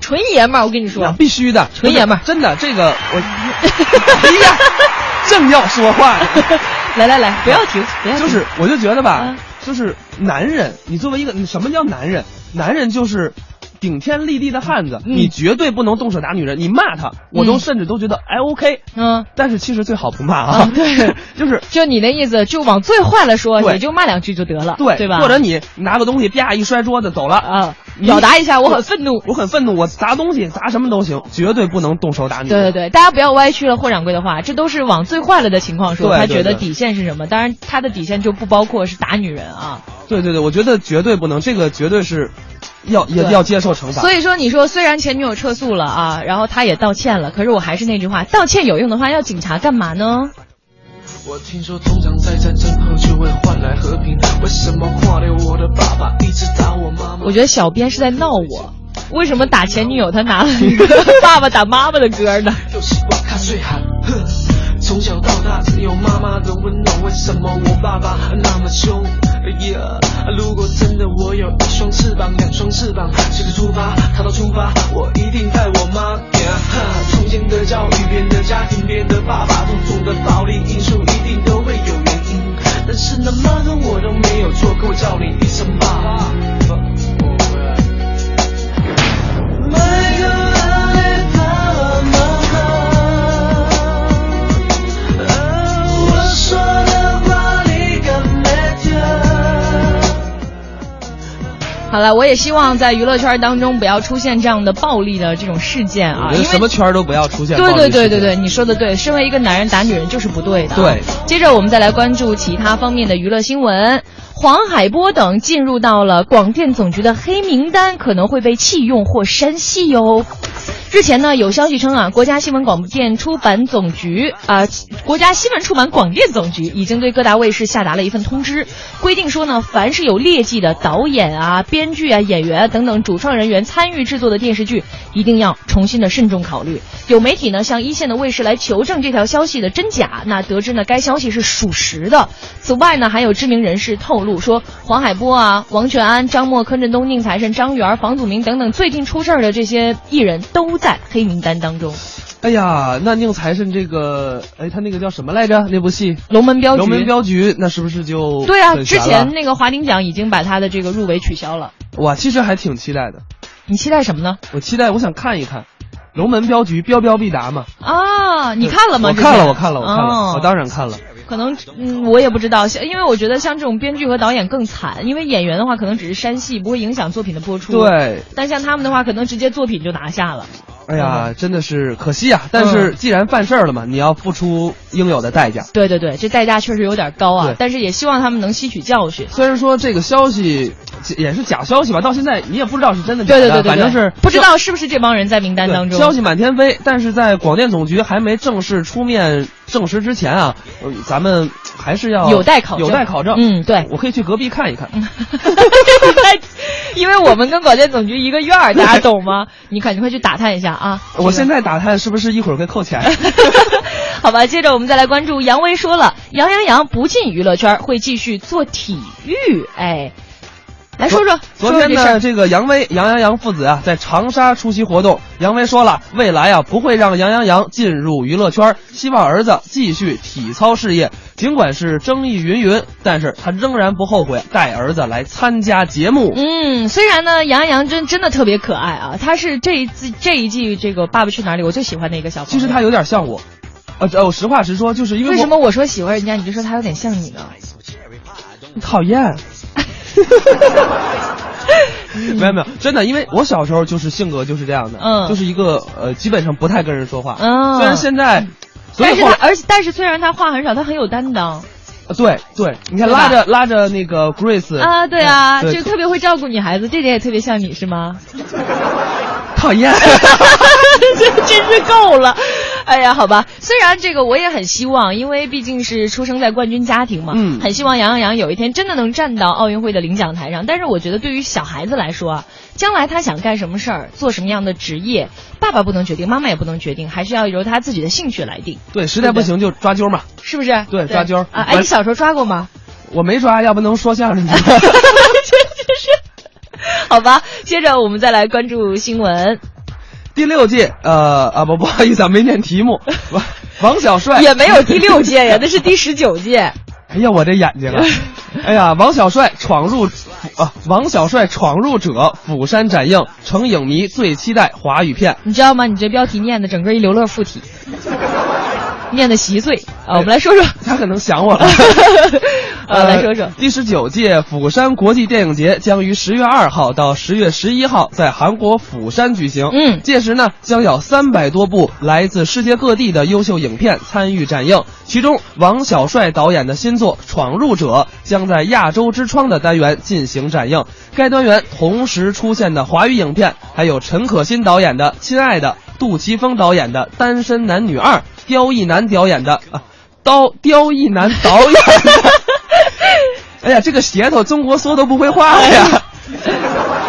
Speaker 4: 纯爷们儿，我跟你
Speaker 5: 那
Speaker 4: 说，
Speaker 5: 必须的，
Speaker 4: 纯爷们儿
Speaker 5: 真的，这个我，哎呀， 正要说话呢，
Speaker 4: 来来 来，不要 停，不要停
Speaker 5: 就是我就觉得吧
Speaker 4: 啊，
Speaker 5: 就是男人，你作为一个，你什么叫男人？男人就是顶天立地的汉子，
Speaker 4: 嗯
Speaker 5: 你绝对不能动手打女人，你骂他，我都
Speaker 4: 嗯
Speaker 5: 甚至都觉得哎 OK，
Speaker 4: 嗯，
Speaker 5: 但是其实最好不骂
Speaker 4: 啊
Speaker 5: 啊，
Speaker 4: 对，
Speaker 5: 就是
Speaker 4: 就你那意思，就往最坏了说，
Speaker 5: 对
Speaker 4: 也就骂两句就得了，
Speaker 5: 对
Speaker 4: 对吧？
Speaker 5: 或者你拿个东西啪一摔桌子走了
Speaker 4: 啊，表达一下我很愤怒。
Speaker 5: 我很愤怒，我砸东西砸什么都行，绝 对不能动手打女
Speaker 4: 对对
Speaker 5: 人。
Speaker 4: 对，大家不要歪曲了霍掌柜的话，这都是往最坏了的情况说。
Speaker 5: 对
Speaker 4: 他
Speaker 5: 对
Speaker 4: 觉得
Speaker 5: 对
Speaker 4: 底线是什么？当然，他的底线就不包括是打女人啊。
Speaker 5: 对对对，我觉得绝对不能，这个绝对是要也
Speaker 4: 对
Speaker 5: 要接受惩罚。
Speaker 4: 所以说，你说虽然前女友撤诉了啊，然后他也道歉了，可是我还是那句话，道歉有用的话，要警察干嘛呢？
Speaker 9: 我听说，通常在战争后就会换来和平。为什么跨年我的爸爸一直打我妈妈
Speaker 4: 我？觉得小编是在闹我，为什么打前女友他拿了一 个爸爸打妈妈的歌呢？
Speaker 9: 又是哇咔碎喊，哼！从小到大只有妈妈的温暖，为什么我爸爸那么凶？哎呀，如果真的我有一双翅膀，两双翅膀，随时出发，逃到出发，我一定带我妈。呀哈，从前的教育，别人的家庭，别人的爸爸，种种的暴力因素一定都会有原因。但是呢，妈跟我都没有错，可我叫你一声爸爸。
Speaker 6: 每个人的妈妈，我说的话你敢没听？
Speaker 4: 好了，我也希望在娱乐圈当中不要出现这样的暴力的这种事件啊
Speaker 5: 我，觉得
Speaker 4: 因
Speaker 5: 什么
Speaker 4: 为。
Speaker 5: 圈儿都不要出现暴
Speaker 4: 对对
Speaker 5: 力
Speaker 4: 对
Speaker 5: 事
Speaker 4: 对
Speaker 5: 件
Speaker 4: 对，你说的对。身为一个男人打女人就是不对的啊。
Speaker 5: 对
Speaker 4: 接着我们再来关注其他方面的娱乐新闻。黄海波等进入到了广电总局的黑名单，可能会被弃用或删戏哟。日前呢，有消息称啊，国家新闻广电出版总局啊、国家新闻出版广电总局已经对各大卫视下达了一份通知，规定说呢，凡是有劣迹的导演啊、编剧啊、演员啊等等主创人员参与制作的电视剧，一定要重新的慎重考虑。有媒体呢向一线的卫视来求证这条消息的真假，那得知呢该消息是属实的。此外呢，还有知名人士透露说，黄海波啊、王全安、张默、柯震东、宁财神、张元儿、房祖名等等最近出事儿的这些艺人都在黑名单当中。
Speaker 5: 哎呀，那宁财神这个，哎，他那个叫什么来着？那部戏《
Speaker 4: 龙门镖局，
Speaker 5: 龙门镖局》，那是不是就
Speaker 4: 对啊，
Speaker 5: 很
Speaker 4: 之
Speaker 5: 悬了
Speaker 4: 前那个华鼎奖已经把他的这个入围取消了。
Speaker 5: 我其实还挺期待的，
Speaker 4: 你期待什么呢？
Speaker 5: 我期待我想看一看《龙门镖局》，标标必达嘛。
Speaker 4: 啊，你看了吗？
Speaker 5: 我
Speaker 4: 之
Speaker 5: 看了，
Speaker 4: 前
Speaker 5: 我看了，我看了，
Speaker 4: 哦
Speaker 5: 我当然看了。
Speaker 4: 可能嗯，我也不知道，像因为我觉得像这种编剧和导演更惨，因为演员的话可能只是删戏，不会影响作品的播出。，
Speaker 5: 对，
Speaker 4: 但像他们的话，可能直接作品就拿下了。
Speaker 5: 哎
Speaker 4: 嗯
Speaker 5: 呀，真的是可惜啊！但是既然犯事儿了嘛，你要付出应有的代价。
Speaker 4: 对对对，这代价确实有点高啊
Speaker 5: 对，
Speaker 4: 但是也希望他们能吸取教训。
Speaker 5: 虽然说这个消息也是假消息吧，到现在你也不知道是真的假
Speaker 4: 对
Speaker 5: 的，
Speaker 4: 对对对，
Speaker 5: 反正是
Speaker 4: 不知道是不是这帮人在名单
Speaker 5: 对
Speaker 4: 当中。
Speaker 5: 消息满天飞。但是在广电总局还没正式出面证实之前啊，呃咱们还是要
Speaker 4: 有待考证
Speaker 5: 有待考证。
Speaker 4: 嗯对
Speaker 5: 我可以去隔壁看 一看。
Speaker 4: 因为我们跟广电总局一个院儿，大家懂吗？你赶快去打探一下啊！
Speaker 5: 我现在打探是不是一会儿会扣钱？
Speaker 4: 好吧，接着我们再来关注杨威说了，杨阳洋不进娱乐圈，会继续做体育。哎，来说说
Speaker 5: 昨
Speaker 4: 说说
Speaker 5: 天
Speaker 4: 这事
Speaker 5: 呢，
Speaker 4: 儿。
Speaker 5: 这个杨威、杨洋洋父子啊，在长沙出席活动。杨威说了，未来啊不会让杨洋洋进入娱乐圈，希望儿子继续体操事业。尽管是争议云云，但是他仍然不后悔带儿子来参加节目。
Speaker 4: 嗯，虽然呢，杨洋真真的特别可爱啊，他是这一季这一季这个《爸爸去哪儿》里我最喜欢的一个小朋友。
Speaker 5: 其实他有点像我，呃，这我实话实说，就是因为
Speaker 4: 为
Speaker 5: 我
Speaker 4: 什么我说喜欢人家，你就说他有点像你呢？
Speaker 5: 讨厌。没有没有，真的，因为我小时候就是性格就是这样的，
Speaker 4: 嗯
Speaker 5: 就是一个呃，基本上不太跟人说话。
Speaker 4: 嗯
Speaker 5: 虽然现在，所
Speaker 4: 但
Speaker 5: 以
Speaker 4: 是
Speaker 5: 后
Speaker 4: 他
Speaker 5: 来哎
Speaker 4: 而且但是虽然他话很少，他很有担当
Speaker 5: 呃对对，你看
Speaker 4: 对吧
Speaker 5: 拉着拉着那个 Grace 嗯
Speaker 4: 啊，对啊，
Speaker 5: 对
Speaker 4: 就特别会照顾女孩子，这点也特别像你是吗？
Speaker 5: 讨厌。
Speaker 4: 这真是够了。哎呀，好吧，虽然这个我也很希望，因为毕竟是出生在冠军家庭嘛，
Speaker 5: 嗯
Speaker 4: 很希望杨阳洋有一天真的能站到奥运会的领奖台上。但是我觉得对于小孩子来说啊，将来他想干什么事儿，做什么样的职业，爸爸不能决定，妈妈也不能决定，还是要由他自己的兴趣来定，
Speaker 5: 对，实在不行就抓阄嘛，
Speaker 4: 是不是？
Speaker 5: 对抓阄
Speaker 4: 啊！哎，你小时候抓过 吗？
Speaker 5: 我没抓，要不能说相声去。
Speaker 4: 真是，好吧。接着我们再来关注新闻，
Speaker 5: 第六届，呃啊不不好意思啊，没念题 目。王王小帅
Speaker 4: 也没有第六届 呀，那是第十九届。
Speaker 5: 哎呀，我这眼睛 啊！哎呀，王小帅闯入啊，王小帅闯入者釜山展映，成影迷最期待华语片。
Speaker 4: 你知道吗？你这标题念的整个一刘乐附体， 念的稀碎啊！我们来说说，。
Speaker 5: 他可能想我了呃
Speaker 4: 啊来说说
Speaker 5: 第十九届釜山国际电影节将于十月二号到十月十一号在韩国釜山举行。
Speaker 4: 嗯
Speaker 5: 届时呢，将有三百多部来自世界各地的优秀影片参与展映，其中王小帅导演的新作《闯入者》将在亚洲之窗的单元进行展映。该单元同时出现的华语影片还有陈可辛导演的《亲爱的》，杜琪峰导演的《单身男女二》，刁亦男导演的啊，刀刁亦男导 演的。哎呀，这个舌头中国说都不会画呀！
Speaker 4: 哎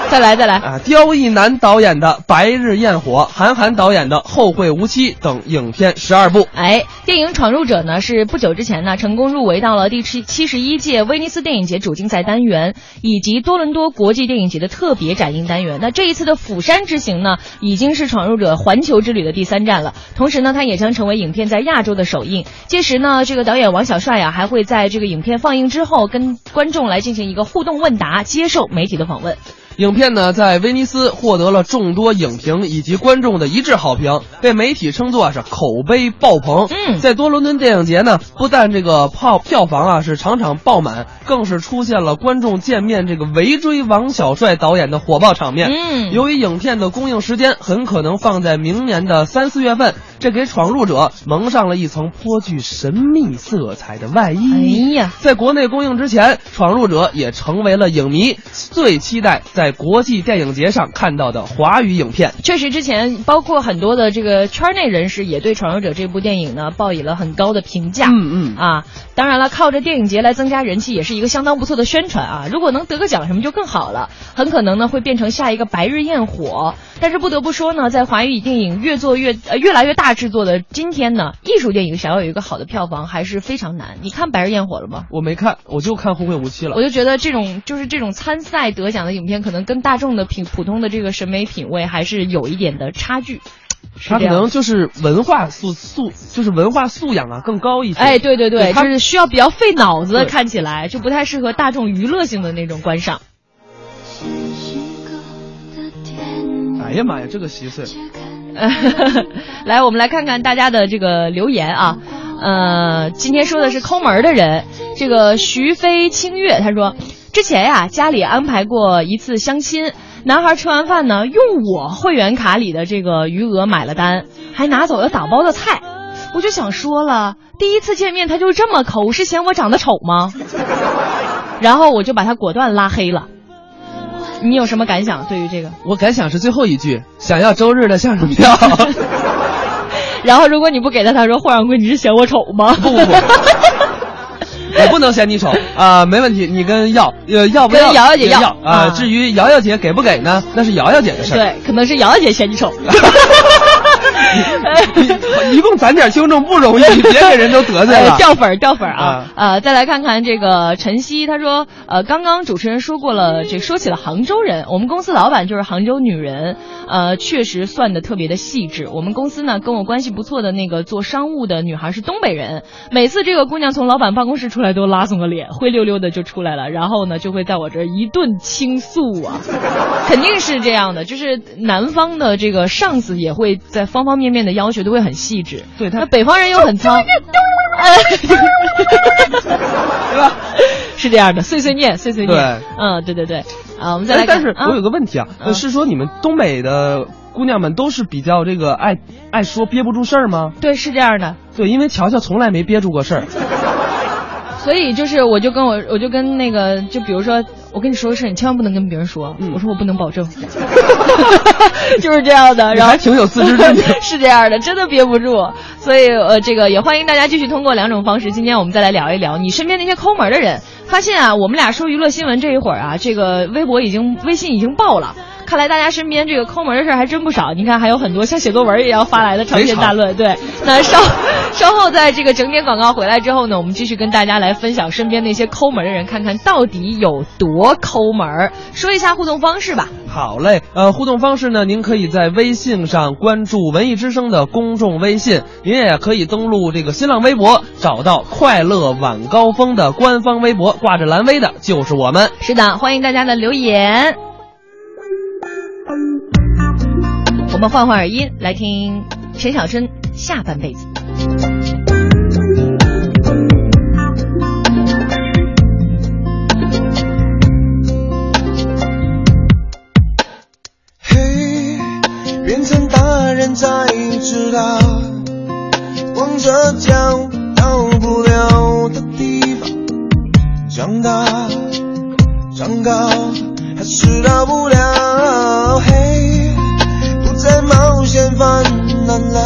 Speaker 4: 再来再来。
Speaker 5: 啊，刁亦男导演的《白日焰火》，韩寒导演的《后会无期》等影片十二部。
Speaker 4: 哎，电影《闯入者》呢是不久之前呢成功入围到了第七七十一届威尼斯电影节主竞赛单元以及多伦多国际电影节的特别展映单元。那这一次的釜山之行呢，已经是《闯入者》环球之旅的第三站了。同时呢，它也将成为影片在亚洲的首映。届时呢，这个导演王小帅啊，还会在这个影片放映之后跟观众来进行一个互动问答，接受媒体的访问。
Speaker 5: 影片呢，在威尼斯获得了众多影评以及观众的一致好评，被媒体称作是口碑爆棚。
Speaker 4: 嗯
Speaker 5: 在多伦敦电影节呢，不但这个票票房啊是场场爆满，更是出现了观众见面这个围追王小帅导演的火爆场面。
Speaker 4: 嗯
Speaker 5: 由于影片的公映时间很可能放在明年的三四月份，这给《闯入者》蒙上了一层颇具神秘色彩的外
Speaker 4: 哎
Speaker 5: 衣。
Speaker 4: 呀，
Speaker 5: 在国内公映之前，《闯入者》也成为了影迷最期待在国际电影节上看到的华语影片。
Speaker 4: 确实，之前包括很多的这个圈内人士也对《闯入者》这部电影呢抱以了很高的评价。
Speaker 5: 嗯嗯
Speaker 4: 啊，当然了，靠着电影节来增加人气也是一个相当不错的宣传啊。如果能得个奖什么就更好了，很可能呢会变成下一个白日焰火。但是不得不说呢，在华语电影越做越呃越来越大制作的今天呢，艺术电影想要有一个好的票房还是非常难。你看《白日焰火》了吗？
Speaker 5: 我没看，我就看《后会无期》了
Speaker 4: 我。就觉得这种就是这种参赛得奖的影片，可能跟大众的品普通的这个审美品味还是有一点的差距。是
Speaker 5: 他
Speaker 4: 这
Speaker 5: 可
Speaker 4: 样
Speaker 5: 能就是文化素素，就是文化素养啊更高一些。
Speaker 4: 哎，对对对，
Speaker 5: 他
Speaker 4: 就是需要比较费脑子，
Speaker 5: 对
Speaker 4: 看起来就不太适合大众娱乐性的那种观赏。
Speaker 2: 是虚构的天
Speaker 5: 哎呀妈呀，这个稀碎！
Speaker 2: 只看
Speaker 4: 来，我们来看看大家的这个留言啊。呃，今天说的是抠门儿的人，这个徐飞清月他说，之前呀、家里安排过一次相亲，男孩吃完饭呢，用我会员卡里的这个余额买了单，还拿走了打包的菜。我就想说了，第一次见面他就这么抠，是嫌我长得丑吗？ 然后我就把他果断拉黑了。你有什么感想对于这个？
Speaker 5: 我感想是最后一句，想要周日的相声 票。
Speaker 4: 然后如果你不给他，他说霍掌柜，你是嫌我丑吗？
Speaker 5: 不 不不我不能嫌 你丑啊、没问题，你跟要呃要不要
Speaker 4: 跟瑶瑶姐要
Speaker 5: 要啊、
Speaker 4: 啊
Speaker 5: 至于瑶瑶姐给不给呢，那是瑶瑶姐的事儿。
Speaker 4: 对，可能是瑶瑶姐嫌你丑。
Speaker 5: 一共攒点轻重不 容易，别给人都得罪了
Speaker 4: 呃。掉粉儿掉粉儿啊！呃，再来看看这个晨曦，他说，呃，刚刚主持人说过了，这说起了杭州人，我们公司老板就是杭州女人，呃，确实算的特别的细致。我们公司呢，跟我关系不错的那个做商务的女孩是东北人，每次这个姑娘从老板办公室出来都拉松个脸，灰溜溜的就出来了，然后呢，就会在我这儿一顿倾诉啊。肯定是这样的，就是南方的这个上司也会在方方面面的要求都会很细致，对他，那北方人又很 糙，对吧？是这样的，碎碎念，碎碎念，
Speaker 5: 对
Speaker 4: 嗯，对对对，啊，我们再
Speaker 5: 哎
Speaker 4: 来看，
Speaker 5: 但是
Speaker 4: 啊
Speaker 5: 我有个问题啊，
Speaker 4: 嗯
Speaker 5: 是说你们东北的姑娘们都是比较这个爱爱说憋不住事儿吗？
Speaker 4: 对是这样的，
Speaker 5: 对，因为乔乔从来没憋住过事儿。
Speaker 4: 所以就是我就跟我我就跟那个就比如说我跟你说个事儿，你千万不能跟别人说，
Speaker 5: 嗯
Speaker 4: 我说我不能保证， 就是这样的，
Speaker 5: 你
Speaker 4: 然后
Speaker 5: 还挺有自知之明
Speaker 4: 是这样的，真的憋不住。所以呃，这个也欢迎大家继续通过两种方式，今天我们再来聊一聊你身边那些抠门的人。发现啊，我们俩说娱乐新闻这一会儿啊，这个微博已经、微信已经爆了。看来大家身边这个抠门的事儿还真不少，你看还有很多像写作文一样发来的长篇大论。对，那稍 稍后在这个整点广告回来之后呢，我们继续跟大家来分享身边那些抠门的人，看看到底有多抠门儿。说一下互动方式吧。
Speaker 5: 好嘞，呃，互动方式呢，您可以在微信上关注文艺之声的公众微信，您也可以登录这个新浪微博，找到快乐晚高峰的官方微博，挂着蓝 V 的就是我们。
Speaker 4: 是的，欢迎大家的留言。我们换换耳音，来听陈小春《下半辈子》。
Speaker 6: 嘿，变成大人才知道，光着脚到不了的地方。长大，长高，还是到不了。嘿，不再冒险犯难了。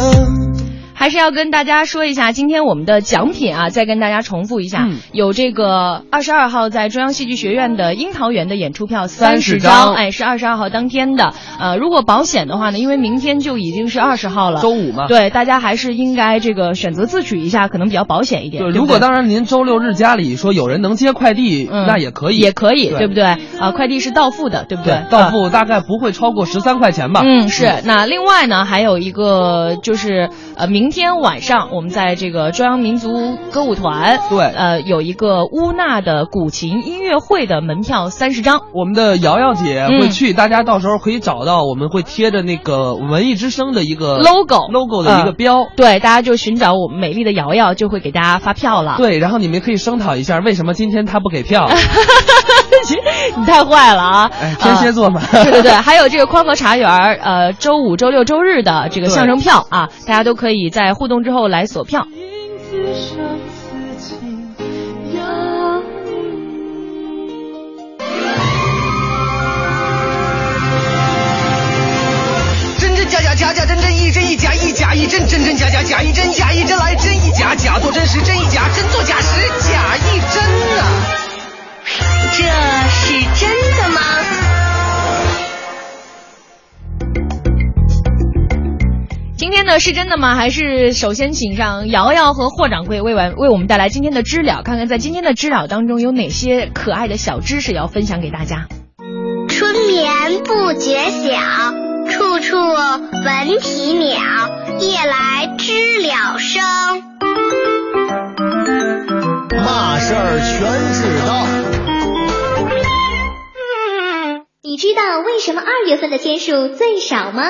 Speaker 4: 还是要跟大家说一下，今天我们的奖品啊，再跟大家重复一下，
Speaker 10: 嗯
Speaker 4: 有这个二十二号在中央戏剧学院的樱桃园的演出票三
Speaker 5: 30
Speaker 4: 十
Speaker 5: 张
Speaker 4: 哎，是二十二号当天的。呃，如果保险的话呢，因为明天就已经是二十号了，
Speaker 5: 周五嘛，
Speaker 4: 对，大家还是应该这个选择自取一下，可能比较保险一点。
Speaker 5: 对，
Speaker 4: 对不
Speaker 5: 如果
Speaker 4: 对
Speaker 5: 当然您周六日家里说有人能接快递，
Speaker 4: 嗯
Speaker 5: 那也可以，
Speaker 4: 也可以，
Speaker 5: 对
Speaker 4: 对不对？啊，快递是到付的，对不
Speaker 5: 对，到付大概不会超过十三块钱吧。
Speaker 4: 嗯，是。那另外呢，还有一个就是，呃，明天晚上我们在这个中央民族歌舞团，
Speaker 5: 对
Speaker 4: 呃，有一个乌娜的古琴音乐会的门票三十张。
Speaker 5: 我们的瑶瑶姐会去，大家到时候可以找到，我们会贴着那个文艺之声的一个
Speaker 4: logo
Speaker 5: logo 的一个
Speaker 4: 嗯
Speaker 5: 标。
Speaker 4: 对，大家就寻找我们美丽的瑶瑶，就会给大家发票了。
Speaker 5: 对，然后你们可以声讨一下，为什么今天他不给票？
Speaker 4: 你太坏了啊！
Speaker 5: 哎，天蝎座嘛，
Speaker 4: 对对对，还有这个宽和茶园儿，呃，周五、周六、周日的这个
Speaker 5: 对
Speaker 4: 相声票啊，大家都可以在互动之后来索票。
Speaker 2: 因此让自己压抑。
Speaker 6: 真真假假，假假真真，一真一假，一假一真，真真假假，假一真，假一真来，真一假，假做真实，真一假，真做假实，假一真呐、
Speaker 1: 这是真的吗？
Speaker 4: 今天呢是真的吗？还是首先请上瑶瑶和霍掌柜为完为我们带来今天的知了，看看在今天的知了当中有哪些可爱的小知识要分享给大家。
Speaker 11: 春眠不觉晓，处处闻啼鸟。夜来知了声。
Speaker 6: 嘛事儿全知道。
Speaker 11: 嗯你知道为什么二月份的天数最少吗？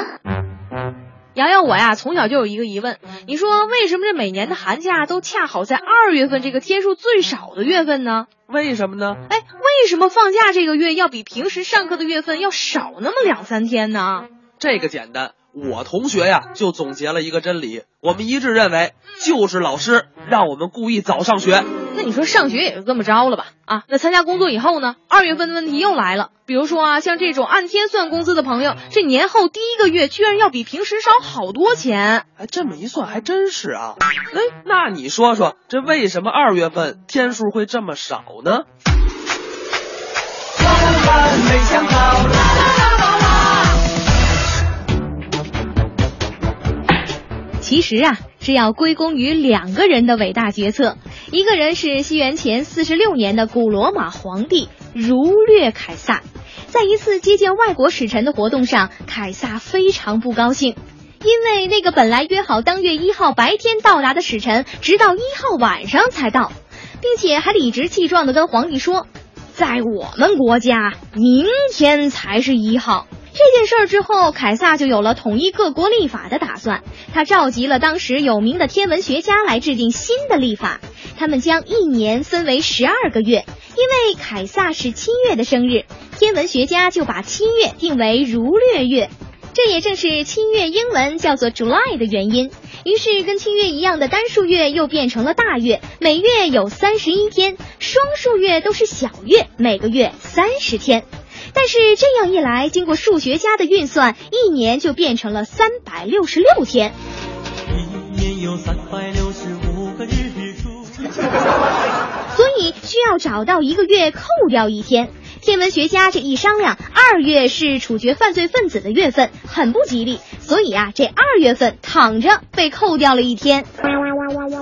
Speaker 1: 瑶瑶，我呀从小就有一个疑问，你说为什么这每年的寒假都恰好在二月份这个天数最少的月份呢？
Speaker 5: 为什么呢？
Speaker 1: 哎，为什么放假这个月要比平时上课的月份要少那么两三天呢？
Speaker 5: 这个简单，我同学呀就总结了一个真理，我们一致认为就是老师让我们故意早上学。
Speaker 1: 那你说上学也就这么着了吧？啊，那参加工作以后呢？二月份的问题又来了，比如说啊，像这种按天算工资的朋友，这年后第一个月居然要比平时少好多钱。
Speaker 5: 哎，这么一算还真是啊。哎，那你说说，这为什么二月份天数会这么少呢？
Speaker 1: 其实啊，是要归功于两个人的伟大决策，一个人是西元前四十六年的古罗马皇帝儒略凯撒，在一次接见外国使臣的活动上，凯撒非常不高兴。因为那个本来约好当月一号白天到达的使臣，直到一号晚上才到，并且还理直气壮地跟皇帝说：“在我们国家，明天才是一号。”这件事儿之后，凯撒就有了统一各国立法的打算。他召集了当时有名的天文学家来制定新的历法，他们将一年分为十二个月，因为凯撒是七月的生日，天文学家就把七月定为儒略月。这也正是七月英文叫做 July 的原因。于是，跟七月一样的单数月又变成了大月，每月有三十一天；双数月都是小月，每个月三十天。但是这样一来，经过数学家的运算，一年就变成了三百六十六天。
Speaker 9: 一年有三百六十五个日出。
Speaker 1: 所以需要找到一个月扣掉一天。天文学家这一商量，二月是处决犯罪分子的月份，很不吉利，所以啊，这二月份躺着被扣掉了一天。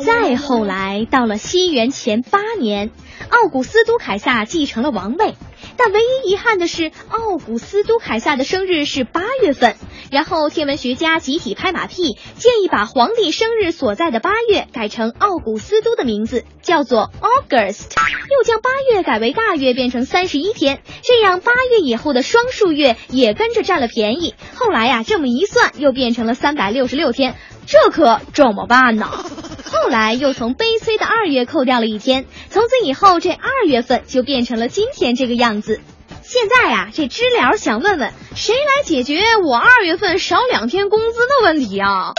Speaker 1: 再后来，到了西元前八年，奥古斯都凯撒继承了王位，但唯一遗憾的是，奥古斯都凯撒的生日是八月份。然后天文学家集体拍马屁，建议把皇帝生日所在的八月改成奥古斯都的名字，叫做 August，又将八月改为大月，变成三十一天。这样八月以后的双数月也跟着占了便宜。后来呀、这么一算，又变成了三百六十六天，这可怎么办呢？后来又从悲催的二月扣掉了一天，从此以后这二月份就变成了今天这个样子。现在呀、这知了想问问谁来解决我二月份少两天工资的问题啊？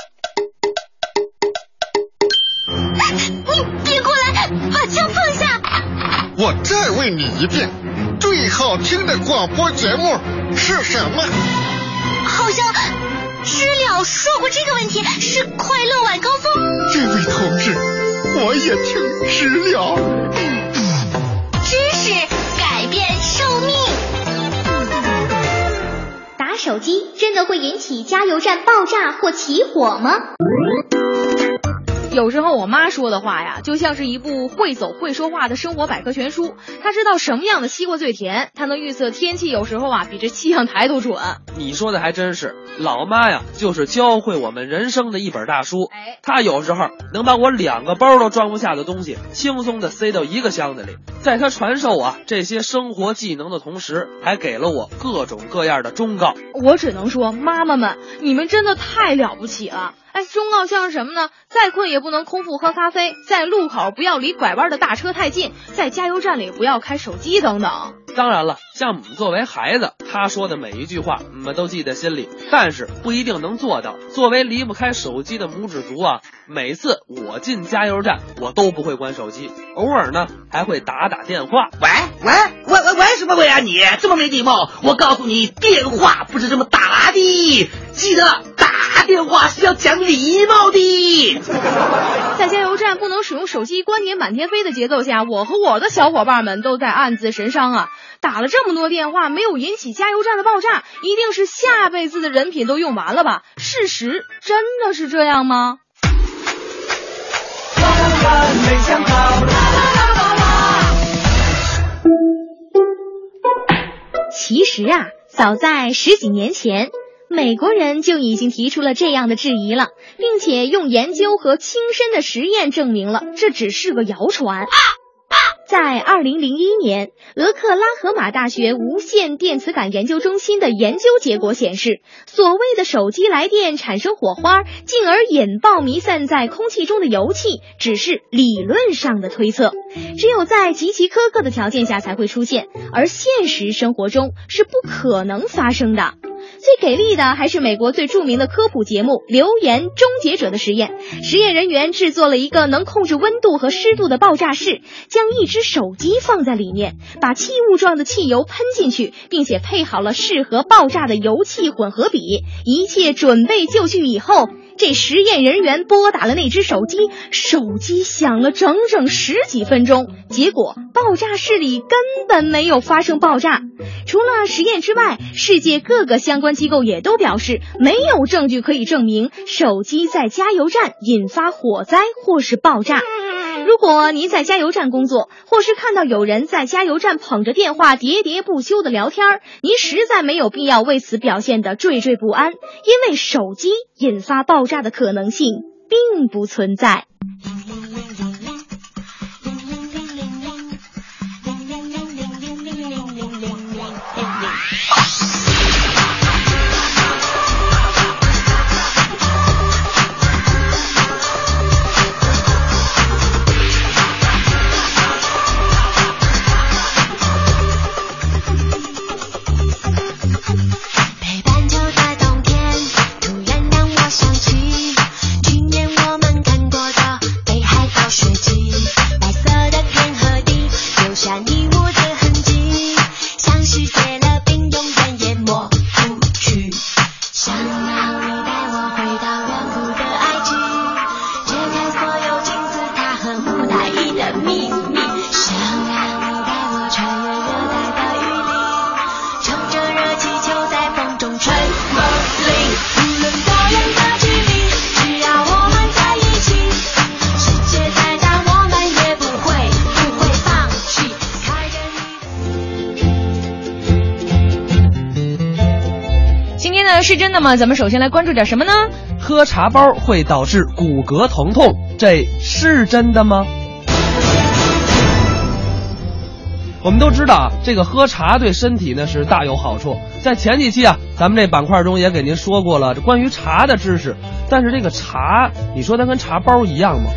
Speaker 11: 哎你别过来，把枪放下！
Speaker 12: 我再问你一遍，最好听的广播节目是什么？
Speaker 11: 好像知了说过这个问题是快乐晚高峰。
Speaker 12: 这位同志，我也听知了。
Speaker 11: 知识改变寿命。
Speaker 1: 打手机真的会引起加油站爆炸或起火吗？有时候我妈说的话呀，就像是一部会走会说话的生活百科全书。她知道什么样的西瓜最甜，她能预测天气，有时候啊比这气象台都准。
Speaker 5: 你说的还真是，老妈呀，就是教会我们人生的一本大书。
Speaker 1: 哎，
Speaker 5: 她有时候能把我两个包都装不下的东西，轻松的塞到一个箱子里。在她传授我、啊这些生活技能的同时，还给了我各种各样的忠告。
Speaker 1: 我只能说，妈妈们，你们真的太了不起了！哎，忠告像是什么呢？再困也不能空腹喝咖啡，在路口不要离拐弯的大车太近，在加油站里不要开手机等等。
Speaker 5: 当然了，像我们作为孩子，他说的每一句话，我们都记在心里，但是不一定能做到。作为离不开手机的拇指族啊，每次我进加油站，我都不会关手机，偶尔呢还会打打电话。
Speaker 13: 喂喂喂喂喂什么喂啊你这么没礼貌！我告诉你，电话不是这么打的，记得打电话是要讲礼貌的。
Speaker 1: 在加油站不能使用手机，观点满天飞的节奏下，我和我的小伙伴们都在暗自神伤啊！打了这么多电话，没有引起加油站的爆炸，一定是下辈子的人品都用完了吧？事实真的是这样吗？其实啊，早在十几年前，美国人就已经提出了这样的质疑了，并且用研究和亲身的实验证明了这只是个谣传。在二零零一年，俄克拉荷马大学无线电磁感研究中心的研究结果显示，所谓的手机来电产生火花，进而引爆弥散在空气中的油气，只是理论上的推测，只有在极其苛刻的条件下才会出现，而现实生活中是不可能发生的。最给力的还是美国最著名的科普节目《留言终结者》的实验。实验人员制作了一个能控制温度和湿度的爆炸室，将一只手机放在里面，把气雾状的汽油喷进去，并且配好了适合爆炸的油气混合比。一切准备就绪以后，这实验人员拨打了那只手机，手机响了整整十几分钟，结果爆炸室里根本没有发生爆炸。除了实验之外，世界各个相关机构也都表示没有证据可以证明手机在加油站引发火灾或是爆炸。如果您在加油站工作，或是看到有人在加油站捧着电话喋喋不休的聊天儿，您实在没有必要为此表现得惴惴不安，因为手机引发爆炸的可能性并不存在。
Speaker 2: 陪伴就在冬天，突然让我想起今年我们看过的北海道雪季，白色的天和地留下你我的痕迹，像是结了冰，永远也抹不去。想要你带我回到远古的埃及，解开所有金字塔和木乃伊的秘密。想要你带我穿越热带的雨林。乘着热气球在风中吹风铃，无论多远的距离，只要我们在一起，世界再大我们也不会不会放弃。开着你。
Speaker 4: 今天呢是真的吗？咱们首先来关注点什么呢？
Speaker 5: 喝茶包会导致骨骼疼痛，这是真的吗？我们都知道啊，这个喝茶对身体呢是大有好处。在前几期啊，咱们这板块中也给您说过了关于茶的知识。但是这个茶，你说它跟茶包一样吗？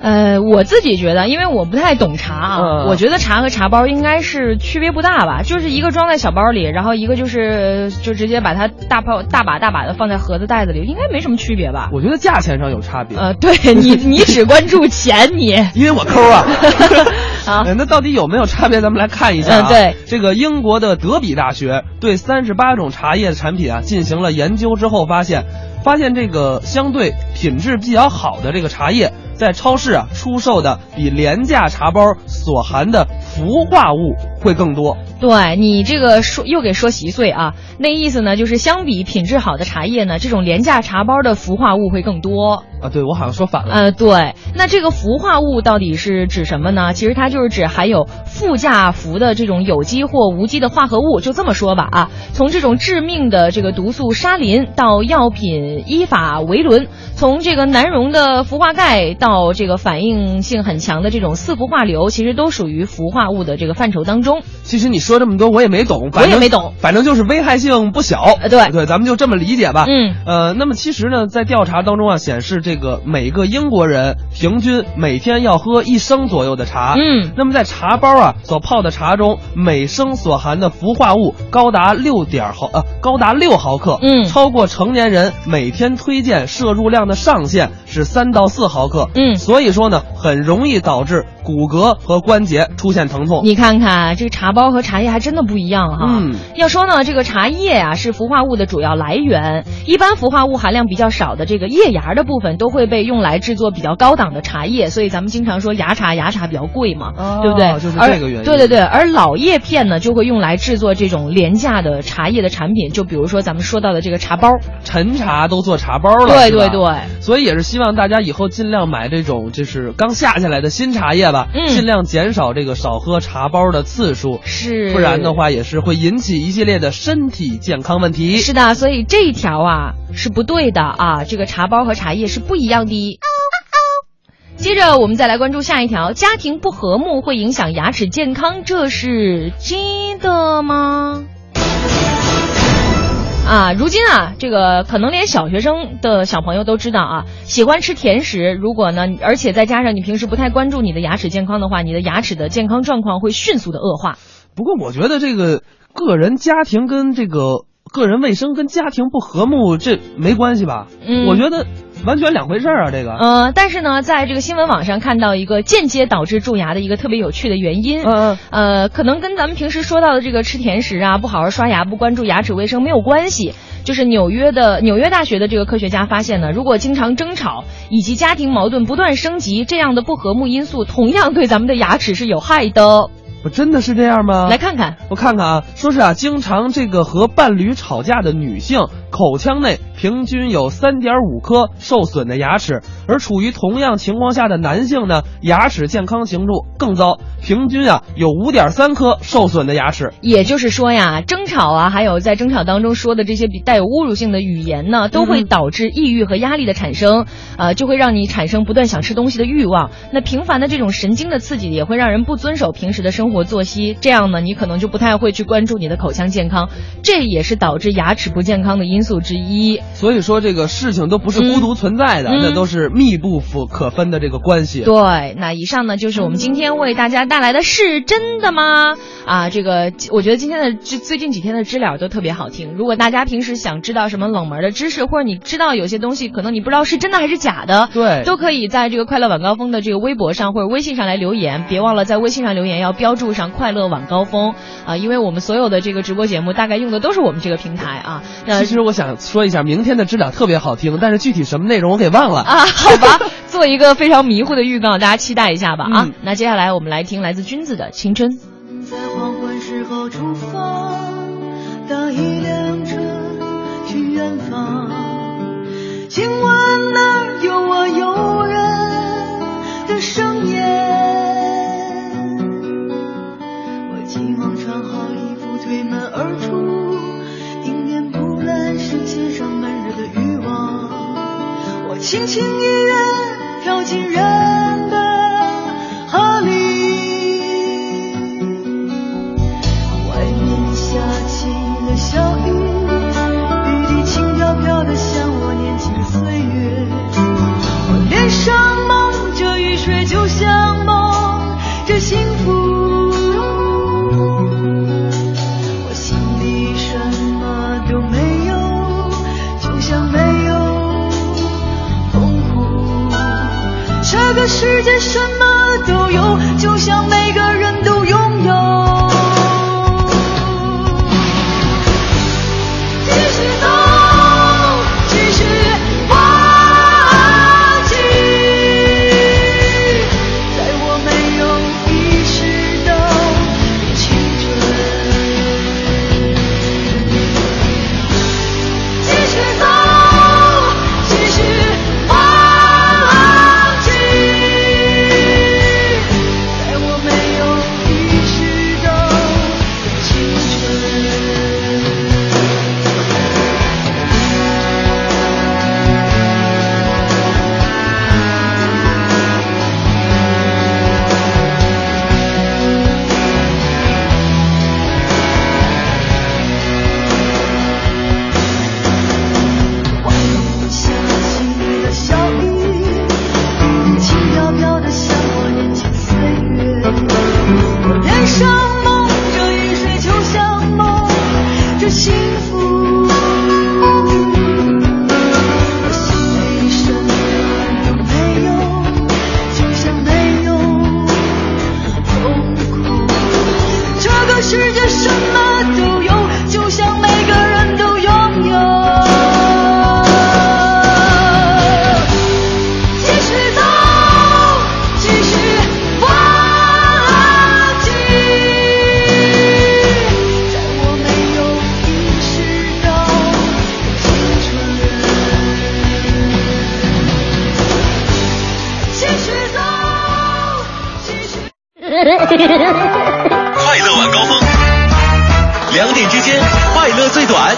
Speaker 4: 呃，我自己觉得，因为我不太懂茶啊，
Speaker 5: 嗯
Speaker 4: 我觉得茶和茶包应该是区别不大吧，就是一个装在小包里，然后一个就是就直接把它大包大把大把的放在盒子袋子里，应该没什么区别吧？
Speaker 5: 我觉得价钱上有差别。
Speaker 4: 呃，对你，你只关注钱，你
Speaker 5: 因为我抠 啊。
Speaker 4: 啊
Speaker 5: 呃，那到底有没有差别？咱们来看一下、
Speaker 4: 嗯
Speaker 5: 啊。
Speaker 4: 对，
Speaker 5: 这个英国的德比大学对三十八种茶叶产品啊进行了研究之后，发现，发现这个相对品质比较好的这个茶叶，在超市啊出售的比廉价茶包所含的氟化物会更多。
Speaker 4: 对你这个说又给说稀碎啊，那意思呢，就是相比品质好的茶叶呢，这种廉价茶包的氟化物会更多。
Speaker 5: 啊，对我好像说反了。
Speaker 4: 呃，对，那这个氟化物到底是指什么呢？其实它就是指含有副价氟的这种有机或无机的化合物。就这么说吧啊，从这种致命的这个毒素沙林到药品依法维伦，从这个难溶的氟化钙到这个反应性很强的这种四氟化硫，其实都属于氟化物的这个范畴当中。
Speaker 5: 其实你说这么多我也没懂，
Speaker 4: 我也
Speaker 5: 反正
Speaker 4: 没懂，
Speaker 5: 反正就是危害性不小。啊
Speaker 4: 呃对
Speaker 5: 对，咱们就这么理解吧。
Speaker 4: 嗯，
Speaker 5: 呃，那么其实呢，在调查当中啊，显示这个每个英国人平均每天要喝一升左右的茶。
Speaker 4: 嗯，
Speaker 5: 那么在茶包啊所泡的茶中，每升所含的氟化物高达六点毫呃高达六毫克，
Speaker 4: 嗯
Speaker 5: 超过成年人每天推荐摄入量的上限是三到四毫克。
Speaker 4: 嗯
Speaker 5: 所以说呢，很容易导致骨骼和关节出现疼痛。
Speaker 4: 你看看这个茶包和茶叶还真的不一样哈。
Speaker 5: 嗯
Speaker 4: 要说呢，这个茶叶啊是氟化物的主要来源，一般氟化物含量比较少的这个叶芽的部分都会被用来制作比较高档的茶叶，所以咱们经常说芽茶，芽茶比较贵嘛，
Speaker 5: 哦
Speaker 4: 对不对？
Speaker 5: 就是
Speaker 4: 而
Speaker 5: 这个原因
Speaker 4: 对对对，而老叶片呢就会用来制作这种廉价的茶叶的产品，就比如说咱们说到的这个茶包。
Speaker 5: 陈茶都做茶包了，
Speaker 4: 对
Speaker 5: 是吧
Speaker 4: 对对。
Speaker 5: 所以也是希望大家以后尽量买这种就是刚下下来的新茶叶吧，
Speaker 4: 嗯
Speaker 5: 尽量减少这个少喝茶包的次数，
Speaker 4: 是
Speaker 5: 不然的话也是会引起一系列的身体健康问题。
Speaker 4: 是的，所以这一条啊是不对的啊，这个茶包和茶叶是不一样的。接着我们再来关注下一条，家庭不和睦会影响牙齿健康，这是真的吗？啊，如今啊，这个可能连小学生的小朋友都知道啊，喜欢吃甜食。如果呢，而且再加上你平时不太关注你的牙齿健康的话，你的牙齿的健康状况会迅速的恶化。
Speaker 5: 不过我觉得这个个人家庭跟这个个人卫生跟家庭不和睦这没关系吧？
Speaker 4: 嗯
Speaker 5: 我觉得完全两回事儿啊，这个。
Speaker 4: 呃，但是呢，在这个新闻网上看到一个间接导致蛀牙的一个特别有趣的原因，
Speaker 5: 嗯
Speaker 4: 呃，可能跟咱们平时说到的这个吃甜食啊、不好好刷牙、不关注牙齿卫生没有关系，就是纽约的纽约大学的这个科学家发现呢，如果经常争吵以及家庭矛盾不断升级，这样的不和睦因素同样对咱们的牙齿是有害的哦。
Speaker 5: 我真的是这样吗？
Speaker 4: 来看看，
Speaker 5: 我看看啊，说是啊，经常这个和伴侣吵架的女性，口腔内平均有三点五颗受损的牙齿，而处于同样情况下的男性呢，牙齿健康情况更糟，平均啊有五点三颗受损的牙齿。
Speaker 4: 也就是说呀，争吵啊，还有在争吵当中说的这些比带有侮辱性的语言呢，都会导致抑郁和压力的产生，呃，就会让你产生不断想吃东西的欲望。那频繁的这种神经的刺激，也会让人不遵守平时的生活作息，这样呢，你可能就不太会去关注你的口腔健康，这也是导致牙齿不健康的因素之一。
Speaker 5: 所以说这个事情都不是孤独存在的，
Speaker 4: 嗯嗯
Speaker 5: 那都是密不可可分的这个关系。
Speaker 4: 对，那以上呢就是我们今天为大家带来的是真的吗？啊，这个我觉得今天的这最近几天的知了都特别好听。如果大家平时想知道什么冷门的知识，或者你知道有些东西可能你不知道是真的还是假的，
Speaker 5: 对
Speaker 4: 都可以在这个快乐晚高峰的这个微博上或者微信上来留言。别忘了在微信上留言要标注上快乐晚高峰啊，因为我们所有的这个直播节目大概用的都是我们这个平台啊。那
Speaker 5: 其实我想说一下，明天的知了特别好听，但是具体什么内容我给忘了。
Speaker 4: 啊， 好吧，做一个非常迷糊的预告，大家期待一下吧啊！
Speaker 5: 嗯
Speaker 4: 那接下来我们来听来自君子的《青春》。
Speaker 14: 在黄昏时候出发，搭一辆车去远方。请问那儿有我悠人的声音？我急忙穿好衣服，推门而出，迎面扑来是街上闷热的欲望。我轻轻一跃，跳进人的河里。外面下起了小雨，雨滴轻飘飘的，像我年轻的岁月。我脸上蒙着雨水，就像蒙着幸福。我心里什么都没有，就像没有痛苦。这个世界什么都有，就像每个人都拥有。继续走，继续滑行，在我没有意识到的青春。继续走，继续滑行，在我没有意识到的青春。下起了小雨，雨滴轻飘飘的，像我年轻岁月。我脸上蒙着雨水，就像蒙着幸福。我心里什么都没有，就像没有痛苦。这个世界什么都有，就像每个人都拥有。继续走，继续滑行，在我没有意识到的青春。继续走，继续。
Speaker 3: 快乐晚高峰，两点之间快乐最短。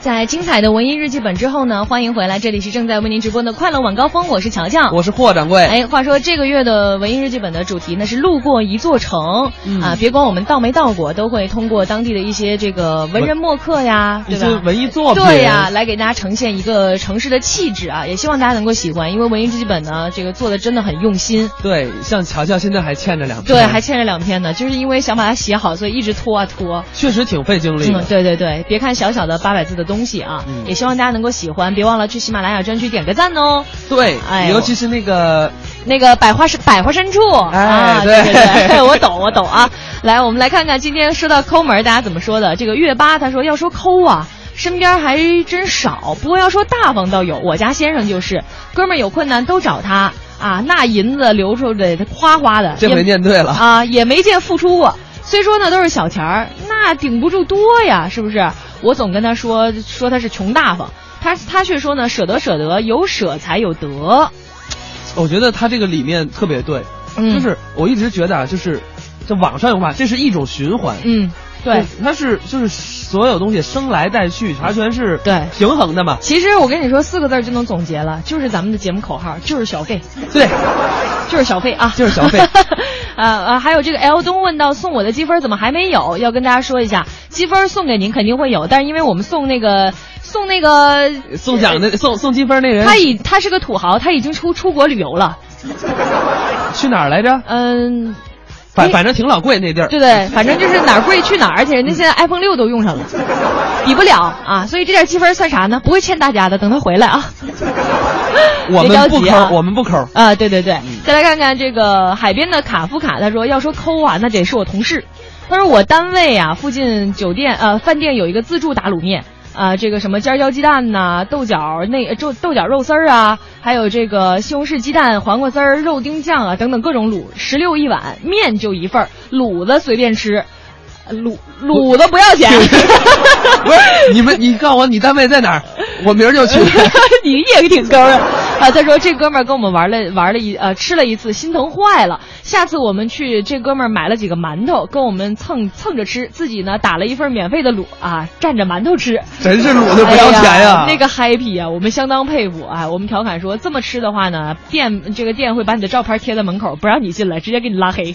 Speaker 4: 在精彩的文艺日记本之后呢，欢迎回来，这里是正在为您直播的快乐晚高峰，我是乔乔，
Speaker 5: 我是霍掌柜。
Speaker 4: 哎，话说这个月的文艺日记本的主题呢是路过一座城、
Speaker 5: 嗯
Speaker 4: 啊，别管我们到没到过，都会通过当地的一些这个文人墨客呀，
Speaker 5: 一
Speaker 4: 对
Speaker 5: 些
Speaker 4: 吧？
Speaker 5: 文艺作品，
Speaker 4: 对呀、来给大家呈现一个城市的气质啊，也希望大家能够喜欢，因为文艺日记本呢，这个做的真的很用心。
Speaker 5: 对，像乔乔现在还欠着两篇
Speaker 4: 对，还欠着两篇呢，就是因为想把它写好，所以一直拖啊拖。
Speaker 5: 确实挺费精力的。
Speaker 4: 嗯，对对对，别看小小的八百字的东西啊，也希望大家能够喜欢，别忘了去喜马拉雅专区点个赞哦。
Speaker 5: 对，
Speaker 4: 哎呦
Speaker 5: 尤其是那个
Speaker 4: 那个百花深百花深处，
Speaker 5: 哎
Speaker 4: 啊，
Speaker 5: 对
Speaker 4: 对对，我懂我懂啊。来，我们来看看今天说到抠门儿，大家怎么说的？这个月八他说要说抠啊，身边还真少，不过要说大方倒有。我家先生就是，哥们儿有困难都找他啊，那银子流出的哗哗的。
Speaker 5: 这
Speaker 4: 也
Speaker 5: 回念对了
Speaker 4: 啊，也没见付出过。虽说呢都是小钱儿，那顶不住多呀，是不是？我总跟他说说他是穷大方，他他却说呢舍得舍得，有舍才有得。
Speaker 5: 我觉得他这个理念特别对，
Speaker 4: 嗯
Speaker 5: 就是我一直觉得啊，就是这网上有话，这是一种循环，
Speaker 4: 嗯，对，
Speaker 5: 它是就是所有东西生来带去，它全是
Speaker 4: 对
Speaker 5: 平衡的嘛，
Speaker 4: 其实我跟你说四个字儿就能总结了，就是咱们的节目口号，就是小费。
Speaker 5: 对，
Speaker 4: 就是小费啊，
Speaker 5: 就是小费。
Speaker 4: 呃呃，还有这个 L 东问到送我的积分怎么还没有？要跟大家说一下，积分送给您肯定会有，但是因为我们送那个送那个
Speaker 5: 送奖的送送积分那人，
Speaker 4: 他已他是个土豪，他已经出出国旅游了。
Speaker 5: 去哪儿来着？
Speaker 4: 嗯，
Speaker 5: 反反正挺老贵那地儿，
Speaker 4: 对对，反正就是哪儿贵去哪儿，而且人家现
Speaker 5: 嗯
Speaker 4: 在 iPhone 六都用上了，比不了啊，所以这点积分算啥呢？不会欠大家的，等他回来啊。
Speaker 5: 我
Speaker 4: 别着
Speaker 5: 们不
Speaker 4: 急
Speaker 5: 抠
Speaker 4: 啊，
Speaker 5: 我们不抠。
Speaker 4: 啊，对对对，
Speaker 5: 嗯
Speaker 4: 再来看看这个海边的卡夫卡，他说要说抠啊，那得是我同事。他说我单位啊附近酒店呃饭店有一个自助打卤面啊、这个什么尖椒鸡蛋呐、豆角那豆豆角肉丝儿啊，还有这个西红柿鸡蛋、黄瓜丝儿、肉丁酱啊等等各种卤，十六一碗，面就一份儿，卤子随便吃，呃卤卤子不要钱。
Speaker 5: 不是你们，你告诉我你单位在哪儿，我明 儿就去。
Speaker 4: 你也挺高的。啊，他说这哥们儿跟我们玩了玩了一呃吃了一次，心疼坏了。下次我们去，这哥们儿买了几个馒头，跟我们蹭蹭着吃，自己呢打了一份免费的卤啊，蘸着馒头吃，
Speaker 5: 真是卤的不要钱呀啊
Speaker 4: 哎那个 happy 啊，我们相当佩服啊。我们调侃说，这么吃的话呢，店这个店会把你的照片贴在门口，不让你进来，直接给你拉黑。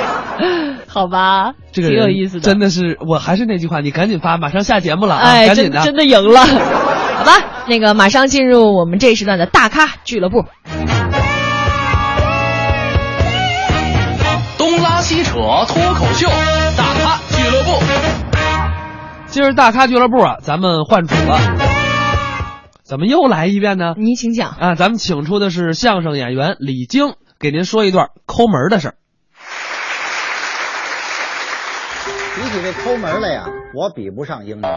Speaker 4: 好吧，
Speaker 5: 这个
Speaker 4: 挺
Speaker 5: 人
Speaker 4: 有意思的，
Speaker 5: 真的是，我还是那句话，你赶紧发，马上下节目了啊，
Speaker 4: 哎，
Speaker 5: 赶
Speaker 4: 真
Speaker 5: 紧
Speaker 4: 真的赢了，好吧？那个马上进入我们这一时段的大咖俱乐部。
Speaker 3: 东拉西扯脱口秀，大咖俱乐部。
Speaker 5: 今儿大咖俱乐部啊，咱们换主了。怎么又来一遍呢？
Speaker 4: 你请讲
Speaker 5: 啊！咱们请出的是相声演员李菁，给您说一段抠门的事儿。
Speaker 15: 比起这抠门来呀，我比不上英子，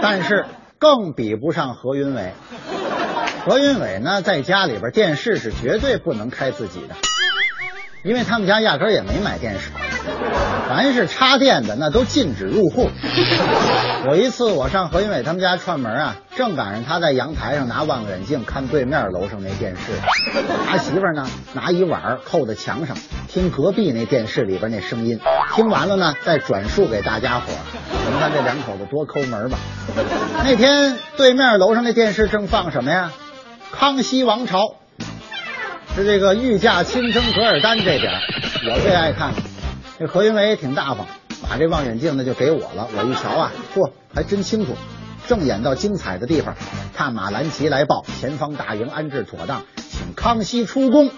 Speaker 15: 但是更比不上何云伟。何云伟呢，在家里边电视是绝对不能开自己的，因为他们家压根儿也没买电视，啊凡是插电的那都禁止入户。有一次我上何云伟他们家串门啊，正赶上他在阳台上拿望远镜看对面楼上那电视，他媳妇儿呢拿一碗儿扣在墙上，听隔壁那电视里边那声音，听完了呢再转述给大家伙儿。你们看这两口子多抠门儿吧？那天对面楼上那电视正放什么呀？康熙王朝。是这个御驾亲征噶尔丹这边儿，我最爱看了。这何云伟也挺大方，把这望远镜呢就给我了。我一瞧啊，嚯，还真清楚。正演到精彩的地方，踏马兰奇来报，前方大营安置妥当，请康熙出宫。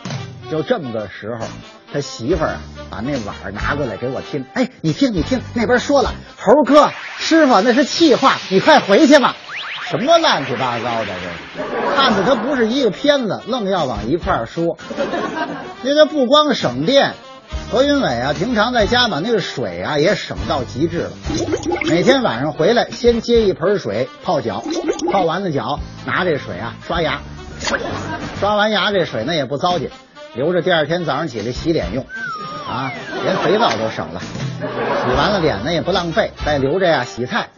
Speaker 15: 就这么个时候，他媳妇儿啊把那碗儿拿过来给我听，哎，你听你听，那边说了，猴哥，师傅那是气话，你快回去吧。什么乱七八糟的这是，看着它不是一个片子，愣要往一块儿说。那个不光省电，何云伟啊，平常在家把那个水啊也省到极致了。每天晚上回来，先接一盆水泡脚，泡完了脚，拿这水啊刷牙，刷完牙这水呢也不糟践，留着第二天早上起来洗脸用，啊，连肥皂都省了。洗完了脸呢也不浪费，再留着呀洗菜。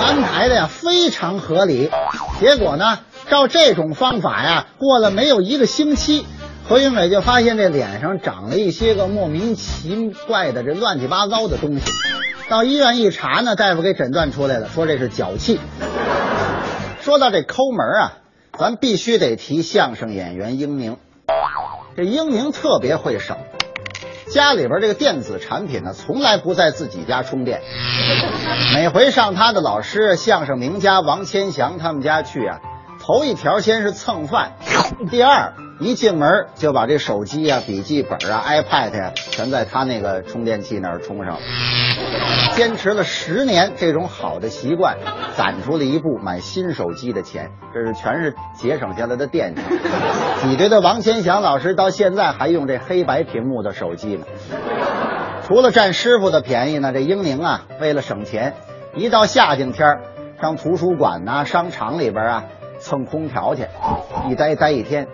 Speaker 15: 安排的呀非常合理。结果呢，照这种方法呀，过了没有一个星期，何云伟就发现这脸上长了一些个莫名其怪的这乱七八糟的东西。到医院一查呢，大夫给诊断出来了，说这是脚气。说到这抠门啊，咱必须得提相声演员英明。这英明特别会省，家里边这个电子产品呢，从来不在自己家充电。每回上他的老师相声名家王千祥他们家去啊，头一条先是蹭饭， 第二一进门就把这手机啊、笔记本啊、iPad 呀、全在他那个充电器那儿充上了。坚持了十年这种好的习惯，攒出了一部买新手机的钱，这是全是节省下来的 电钱。你觉得王千祥老师到现在还用这黑白屏幕的手机吗？除了占师傅的便宜呢，这英宁啊，为了省钱，一到夏景天儿上图书馆呐、商场里边啊蹭空调去，一待待一天；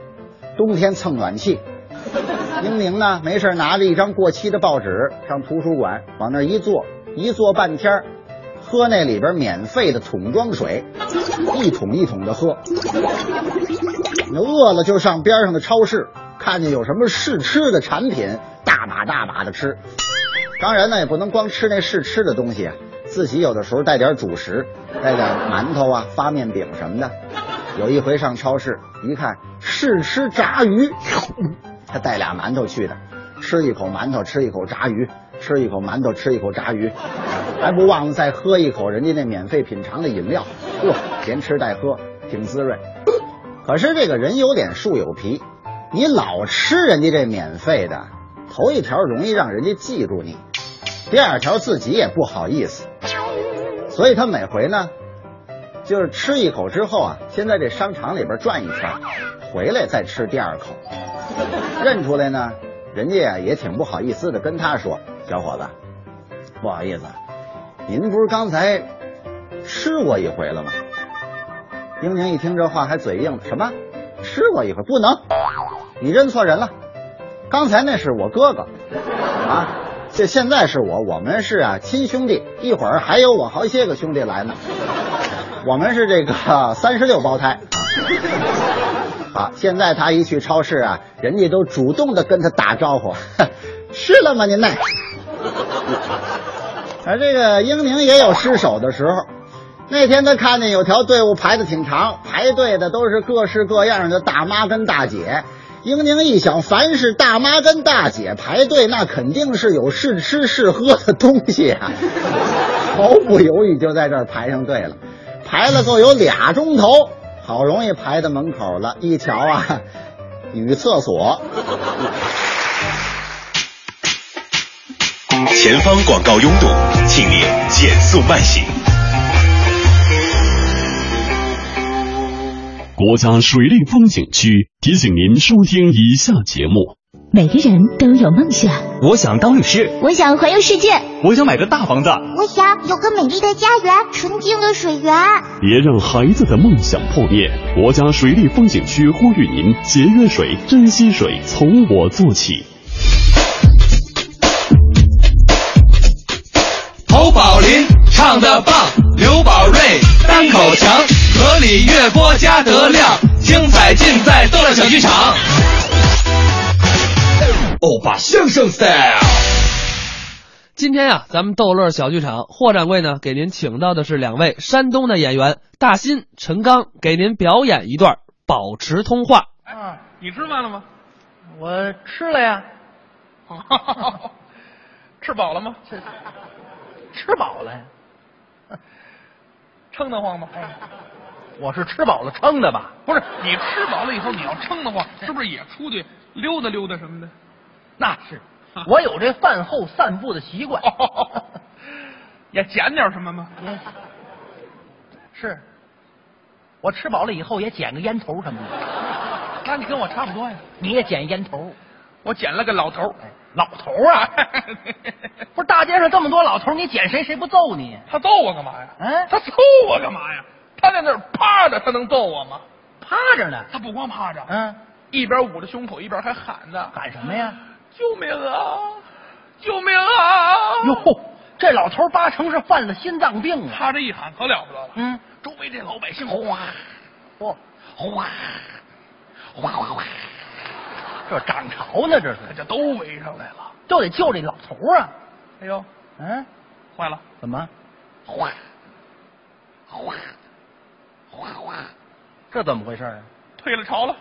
Speaker 15: 冬天蹭暖气。英宁呢，没事拿着一张过期的报纸上图书馆，往那儿一坐，一坐半天儿喝那里边免费的桶装水，一桶一桶的喝。那饿了就上边上的超市，看见有什么试吃的产品，大把大把的吃。当然呢，也不能光吃那试吃的东西啊，自己有的时候带点主食，带点馒头啊、发面饼什么的。有一回上超市一看，试吃炸鱼，他带俩馒头去的，吃一口馒头，吃一口炸鱼，吃一口馒头，吃一口炸鱼，还不忘了再喝一口人家那免费品尝的饮料。哟，连吃带喝，挺滋润。可是这个人有脸树有皮，你老吃人家这免费的，头一条容易让人家记住你，第二条自己也不好意思，所以他每回呢，就是吃一口之后啊，先在这商场里边转一圈，回来再吃第二口，认出来呢，人家呀也挺不好意思的跟他说，小伙子，不好意思，您不是刚才吃过一回了吗？英宁一听这话还嘴硬了，什么吃过一回不能？你认错人了，刚才那是我哥哥啊，这现在是我，我们是啊亲兄弟，一会儿还有我好些个兄弟来呢，我们是这个三十六胞胎。啊，现在他一去超市啊，人家都主动的跟他打招呼， 哼吃了吗您那？而这个英宁也有失手的时候，那天他看见有条队伍排的挺长，排队的都是各式各样的大妈跟大姐。英宁一想，凡是大妈跟大姐排队，那肯定是有试吃试喝的东西啊， 毫不犹豫就在这儿排上队了。排了够有俩钟头，好容易排到门口了，一瞧啊，女厕所。
Speaker 3: 前方广告拥堵，请您减速慢行。
Speaker 16: 国家水利风景区提醒您收听以下节目。
Speaker 17: 每个人都有梦想，
Speaker 18: 我想当律师，
Speaker 19: 我想环游世界，
Speaker 18: 我想买个大房子。
Speaker 20: 我想有个美丽的家园，纯净的水源。
Speaker 16: 别让孩子的梦想破灭。国家水利风景区呼吁您节约水、珍惜水，从我做起。
Speaker 3: 侯宝林唱的棒，刘宝瑞单口强，河里月波加德亮，精彩尽在逗乐小剧场。欧巴哦相声 style。
Speaker 5: 今天呀、咱们逗乐小剧场霍掌柜呢，给您请到的是两位山东的演员大新、陈刚，给您表演一段保持通话。
Speaker 7: 啊，你吃饭了吗？
Speaker 21: 我吃了呀，
Speaker 7: 吃饱了吗？
Speaker 21: 吃饱了呀，
Speaker 7: 撑得慌吗？
Speaker 21: 我是吃饱了撑的吧？
Speaker 7: 不是，你吃饱了以后你要撑得慌，是不是也出去溜达溜达什么的？
Speaker 21: 那是，我有这饭后散步的习惯。
Speaker 7: 也捡点什么吗？
Speaker 21: 嗯是，我吃饱了以后也捡个烟头什么的。
Speaker 7: 那你跟我差不多呀。
Speaker 21: 你也捡烟头？哎
Speaker 7: 我捡了个老头儿，
Speaker 21: 老头儿 啊，不是大街上这么多老头儿，你捡谁谁不揍你？
Speaker 7: 他揍我干嘛呀？
Speaker 21: 嗯，
Speaker 7: 他揍我干嘛呀？他在那儿趴着，他能揍我吗？
Speaker 21: 趴着呢。
Speaker 7: 他不光趴着，
Speaker 21: 嗯，
Speaker 7: 啊一边捂着胸口，一边还喊呢。
Speaker 21: 喊什么呀？
Speaker 7: 救命啊！救命啊！
Speaker 21: 哟，这老头儿八成是犯了心脏病啊！
Speaker 7: 他这一喊可了不得了，
Speaker 21: 嗯，
Speaker 7: 周围这老百姓哗，
Speaker 21: 嚯、
Speaker 7: 哗，哗哗哗，
Speaker 21: 这涨潮呢，这是
Speaker 7: 这都围上来了。
Speaker 21: 就得救这老头儿啊！
Speaker 7: 哎呦，
Speaker 21: 嗯，
Speaker 7: 坏了，
Speaker 21: 怎么？
Speaker 7: 哗，哗，哗哗，
Speaker 21: 这怎么回事啊？
Speaker 7: 退了潮了，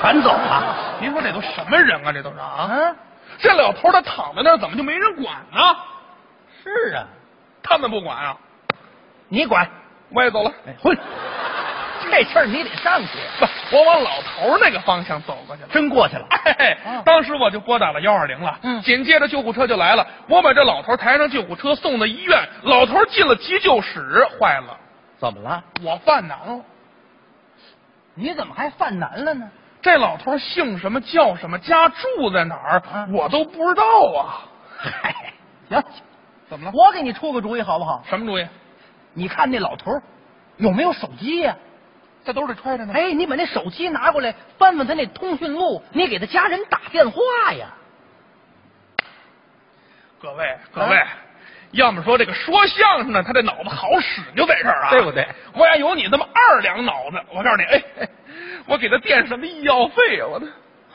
Speaker 21: 全走了。
Speaker 7: 您说这都什么人啊？这都是啊！
Speaker 21: 啊，
Speaker 7: 这老头儿他躺在那儿，怎么就没人管呢？
Speaker 21: 是啊，
Speaker 7: 他们不管啊，
Speaker 21: 你管，
Speaker 7: 我也走了。
Speaker 21: 哎，混，这事儿你得上去，
Speaker 7: 不，我往老头儿那个方向走过去了。
Speaker 21: 真过去了。
Speaker 7: 哎
Speaker 21: 啊，
Speaker 7: 当时我就拨打了幺二零了，
Speaker 21: 嗯
Speaker 7: 紧接着救护车就来了，我把这老头抬上救护车，送到医院。老头进了急救室，坏了，
Speaker 21: 怎么了？
Speaker 7: 我犯难了。
Speaker 21: 你怎么还犯难了呢？
Speaker 7: 这老头姓什么叫什么，家住在哪儿，
Speaker 21: 啊
Speaker 7: 我都不知道啊。
Speaker 21: 嗨，行，怎么了？我给你出个主意好不好？什么主意？你看那老头儿有没有手机呀、在兜里揣着呢。哎，你把那手机拿过来，翻翻他那通讯录，你给他家人打电话呀。
Speaker 7: 各位哎各位，要么说这个说相声的他这脑子好使就在这儿啊，
Speaker 10: 对不对？
Speaker 7: 我要有你这么二两脑子，我告诉你，哎，哎我给他垫什么医药费啊？我的，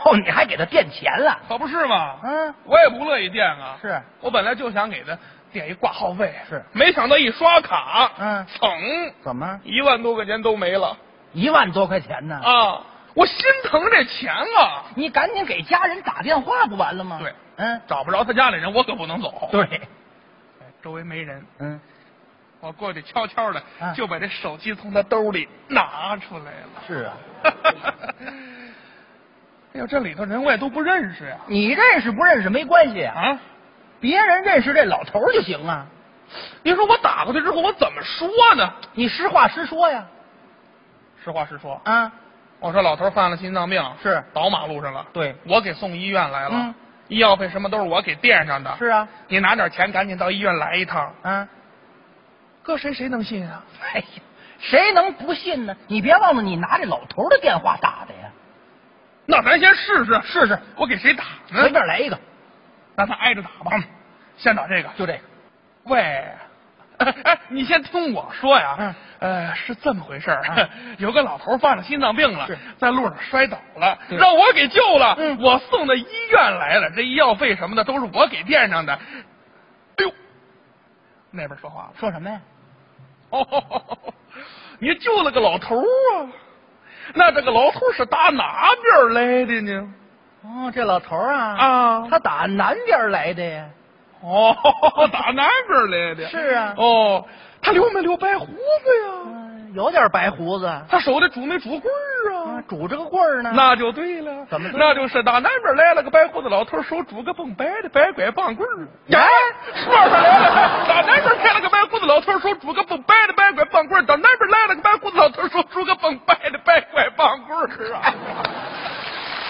Speaker 21: 哦，你还给他垫钱了？
Speaker 7: 可不是嘛，
Speaker 21: 嗯，
Speaker 7: 我也不乐意垫啊。
Speaker 21: 是
Speaker 7: 我本来就想给他垫一挂号费，
Speaker 21: 是
Speaker 7: 没想到一刷卡，
Speaker 21: 嗯，
Speaker 7: 噌，
Speaker 21: 怎么
Speaker 7: 一万多块钱都没了
Speaker 21: 一万多块钱呢？
Speaker 7: 啊！我心疼这钱啊，
Speaker 21: 你赶紧给家人打电话不完了吗？对，嗯，
Speaker 7: 找不着他家里人，我可不能走。
Speaker 21: 对，
Speaker 7: 周围没人，
Speaker 21: 嗯，
Speaker 7: 我过去悄悄的
Speaker 21: 啊
Speaker 7: 就把这手机从他兜里拿出来了。
Speaker 21: 是啊，
Speaker 7: 哎呦，这里头人我也都不认识呀、
Speaker 21: 你认识不认识没关系啊，
Speaker 7: 啊！
Speaker 21: 别人认识这老头儿就行啊。
Speaker 7: 您说我打过去之后我怎么说呢？
Speaker 21: 你实话实说呀。
Speaker 7: 实话实说，
Speaker 21: 啊，
Speaker 7: 我说老头犯了心脏病，
Speaker 21: 是
Speaker 7: 倒马路上了，
Speaker 21: 对，
Speaker 7: 我给送医院来了，
Speaker 21: 嗯
Speaker 7: 医药费什么都是我给垫上的。
Speaker 21: 是啊，
Speaker 7: 你拿点钱赶紧到医院来一趟。
Speaker 21: 嗯，
Speaker 7: 搁谁谁能信啊？
Speaker 21: 哎呀，谁能不信呢？你别忘了，你拿这老头儿的电话打的呀。
Speaker 7: 那咱先试试，
Speaker 21: 试试，
Speaker 7: 我给谁打呢？
Speaker 21: 随便来一个，
Speaker 7: 那咱挨着打吧。先打这个，
Speaker 21: 就这个。
Speaker 7: 喂， 哎，你先听我说呀。
Speaker 21: 嗯。
Speaker 7: 呃，是这么回事儿、 有个老头犯了心脏病了
Speaker 21: 是，
Speaker 7: 在路上摔倒了，
Speaker 21: 对
Speaker 7: 让我给救了。
Speaker 21: 嗯
Speaker 7: 我送到医院来了，这医药费什么的都是我给垫上的。哎呦，那边说话了，
Speaker 21: 说什么呀？
Speaker 7: 哦， 你救了个老头儿啊？那这个老头儿是打哪边儿来的呢？
Speaker 21: 哦，这老头儿啊，
Speaker 7: 啊
Speaker 21: 他打南边儿来的呀。
Speaker 7: 哦， 打南边儿来的。
Speaker 21: 是啊
Speaker 7: 哦，他留没留白胡子呀？
Speaker 21: 嗯有点白胡子，啊，
Speaker 7: 他手里拄没拄棍儿啊？
Speaker 21: 拄着个棍儿呢。
Speaker 7: 那就对了，
Speaker 21: 怎么对
Speaker 7: 那就是打南边来了个白胡子老头，手拄个蹦白的白拐棒棍儿。
Speaker 21: 呀
Speaker 7: 说上来了，打南边来了个白胡子老头，手拄个蹦白的白拐棒棍儿。打南边来了个白胡子老头，手拄个蹦白的白拐棒棍儿啊！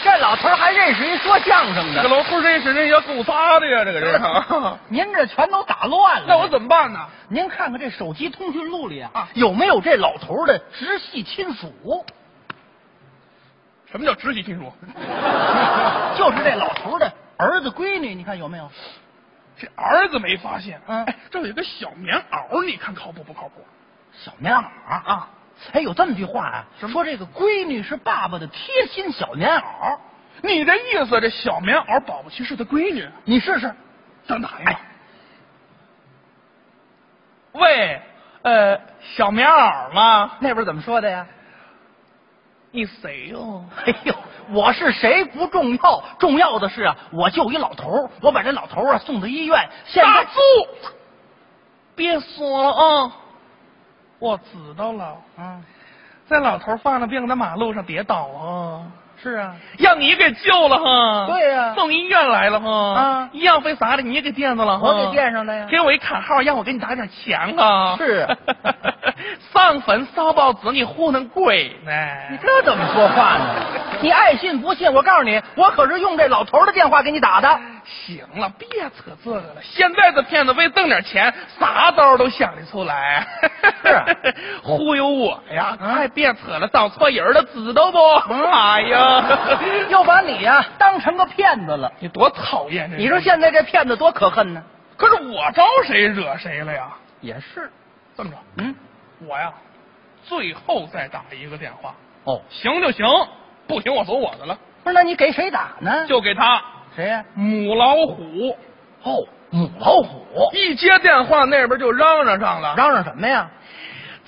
Speaker 21: 这老头儿还认识一说相声
Speaker 7: 这个
Speaker 21: 的，。
Speaker 7: 老头认识人也够杂的呀，这个人啊
Speaker 21: 您这全都打乱了。
Speaker 7: 那我怎么办呢？
Speaker 21: 您看看这手机通讯录里啊，
Speaker 7: 啊
Speaker 21: 有没有这老头儿的直系亲属？
Speaker 7: 什么叫直系亲属？
Speaker 21: 就是这老头儿的儿子闺女，你看有没有？
Speaker 7: 这儿子没发现，
Speaker 21: 嗯
Speaker 7: 哎，这有个小棉袄，你看靠谱不靠谱？
Speaker 21: 小棉袄啊！哎，有这么句话啊，说这个闺女是爸爸的贴心小棉袄，
Speaker 7: 你这意思，这小棉袄保不齐是他闺女，
Speaker 21: 你试试。
Speaker 7: 等哪呀？喂，呃，小棉袄吗？
Speaker 21: 那边怎么说的呀？
Speaker 7: 你谁哟、
Speaker 21: 哎呦，我是谁不重要，重要的是啊，我救一老头儿，我把这老头儿啊送到医院，现
Speaker 7: 打
Speaker 21: 在
Speaker 7: 住！别说了啊！我知道了，
Speaker 21: 啊，
Speaker 7: 这老头犯了病，在马路上跌倒啊，
Speaker 21: 是啊，
Speaker 7: 让你给救了哈。
Speaker 21: 对呀
Speaker 7: 送医院来了哈。
Speaker 21: 啊
Speaker 7: 医药费啥的你也给垫着了哈。
Speaker 21: 我给垫上了呀。
Speaker 7: 给我一卡号，让我给你打点钱啊！
Speaker 21: 是，
Speaker 7: 上坟烧报纸，你糊弄鬼呢？
Speaker 21: 你这怎么说话 呢？你爱信不信？我告诉你，我可是用这老头儿的电话给你打的。
Speaker 7: 行了，别扯这个了。现在这骗子为挣点钱，啥招都想得出来。
Speaker 21: 是啊
Speaker 7: 忽悠我呀！
Speaker 21: 嗯
Speaker 7: 哎，别扯了，找错人了，知道不？
Speaker 21: 嗯
Speaker 7: 哎呀，
Speaker 21: 又把你呀、当成个骗子了。
Speaker 7: 你多讨厌这人！
Speaker 21: 你说现在这骗子多可恨呢？
Speaker 7: 可是我招谁惹谁了呀？
Speaker 21: 也是，
Speaker 7: 这么着，
Speaker 21: 嗯，
Speaker 7: 我呀，最后再打一个电话，
Speaker 21: 哦，
Speaker 7: 行就行，不行我走我的了，
Speaker 21: 不是，那你给谁打呢？
Speaker 7: 就给他
Speaker 21: 谁呀、
Speaker 7: 母老虎。
Speaker 21: 哦，母老虎，
Speaker 7: 一接电话，那边就嚷嚷上了。
Speaker 21: 嚷嚷什么呀？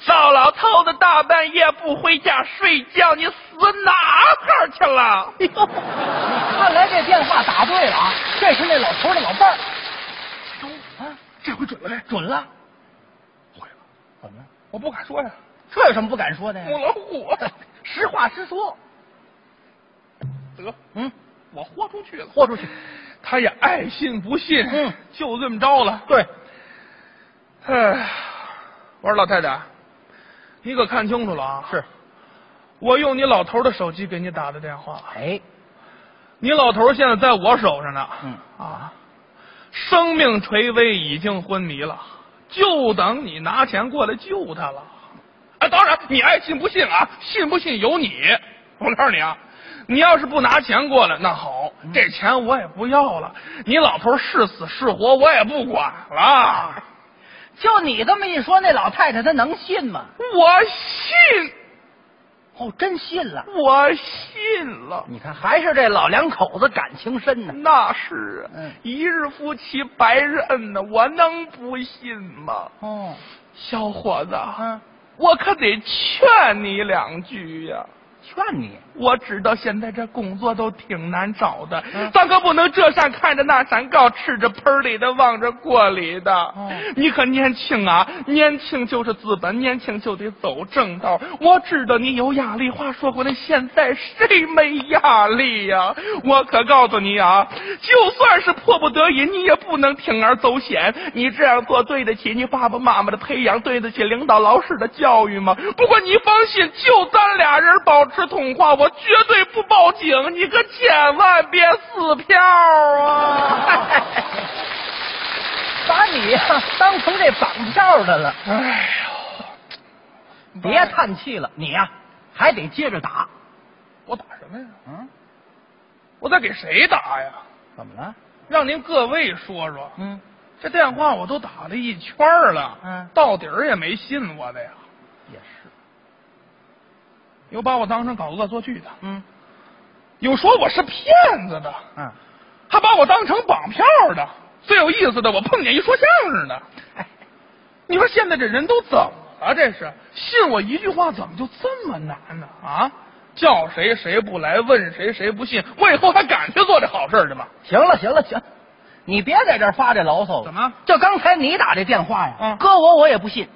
Speaker 7: 糟老头子大半夜不回家睡觉，你死哪哈去了？
Speaker 21: 哎呦，看来这电话打对了啊，这是那老头儿的老伴儿。啊，
Speaker 7: 这回准了呗？
Speaker 21: 准了，
Speaker 7: 回了，
Speaker 21: 怎么了？
Speaker 7: 我不敢说呀，
Speaker 21: 这有什么不敢说的
Speaker 7: 母
Speaker 21: 呀？
Speaker 7: 老虎，
Speaker 21: 实话实说，
Speaker 7: 得
Speaker 21: 嗯，
Speaker 7: 我豁出去了，
Speaker 21: 豁出去。
Speaker 7: 他也爱信不信，
Speaker 21: 嗯，
Speaker 7: 就这么着了。
Speaker 21: 对，
Speaker 7: 哎，我说老太太，你可看清楚了啊！
Speaker 21: 是，
Speaker 7: 我用你老头的手机给你打的电话，
Speaker 21: 哎，
Speaker 7: 你老头现在在我手上呢。
Speaker 21: 嗯
Speaker 7: 啊，生命垂危，已经昏迷了，就等你拿钱过来救他了。啊，当然你爱信不信啊，信不信由你。我告诉你啊，你要是不拿钱过来，那好，
Speaker 21: 嗯
Speaker 7: 这钱我也不要了。你老头是死是活，我也不管了。
Speaker 15: 就你这么一说，那老太太她能信吗？
Speaker 7: 我信。
Speaker 15: 哦，真信了，
Speaker 7: 我信了。
Speaker 15: 你看，还是这老两口子感情深呢。嗯
Speaker 7: 那是啊，一日夫妻百日恩呢，我能不信吗？
Speaker 15: 哦，
Speaker 7: 小伙子，我可得劝你两句呀、
Speaker 15: 劝你，
Speaker 7: 我知道现在这工作都挺难找的，咱可不能这山看着那山高，吃着盆儿里的望着锅里的。你可年轻啊，年轻就是资本，年轻就得走正道。我知道你有压力，话说回来，现在谁没压力呀、我可告诉你啊，就算是迫不得已，你也不能铤而走险。你这样做对得起你爸爸妈妈的培养，对得起领导老师的教育吗？不过你放心，就咱俩人保持通话，我绝对不报警。你可千万别撕票啊！
Speaker 15: 把你呀、当成这绑票的了。
Speaker 7: 哎
Speaker 15: 呦，别叹气了，你呀、还得接着打。
Speaker 7: 我打什么呀？嗯，我在给谁打呀？
Speaker 15: 怎么了？
Speaker 7: 让您各位说说。
Speaker 15: 嗯，
Speaker 7: 这电话我都打了一圈儿了，
Speaker 15: 嗯
Speaker 7: 到底儿也没信我的呀。
Speaker 15: 也是。
Speaker 7: 有把我当成搞恶作剧的，
Speaker 15: 嗯，
Speaker 7: 有说我是骗子的，
Speaker 15: 嗯，
Speaker 7: 还把我当成绑票的。最有意思的，我碰见一说相声 的，你说现在这人都怎么了？这是信我一句话，怎么就这么难呢？啊，叫谁谁不来，问谁谁不信，我以后还敢去做这好事儿去吗？
Speaker 15: 行了，行了，行了，你别在这儿发这牢骚了。
Speaker 7: 怎么？
Speaker 15: 就刚才你打这电话呀，搁我我也不信。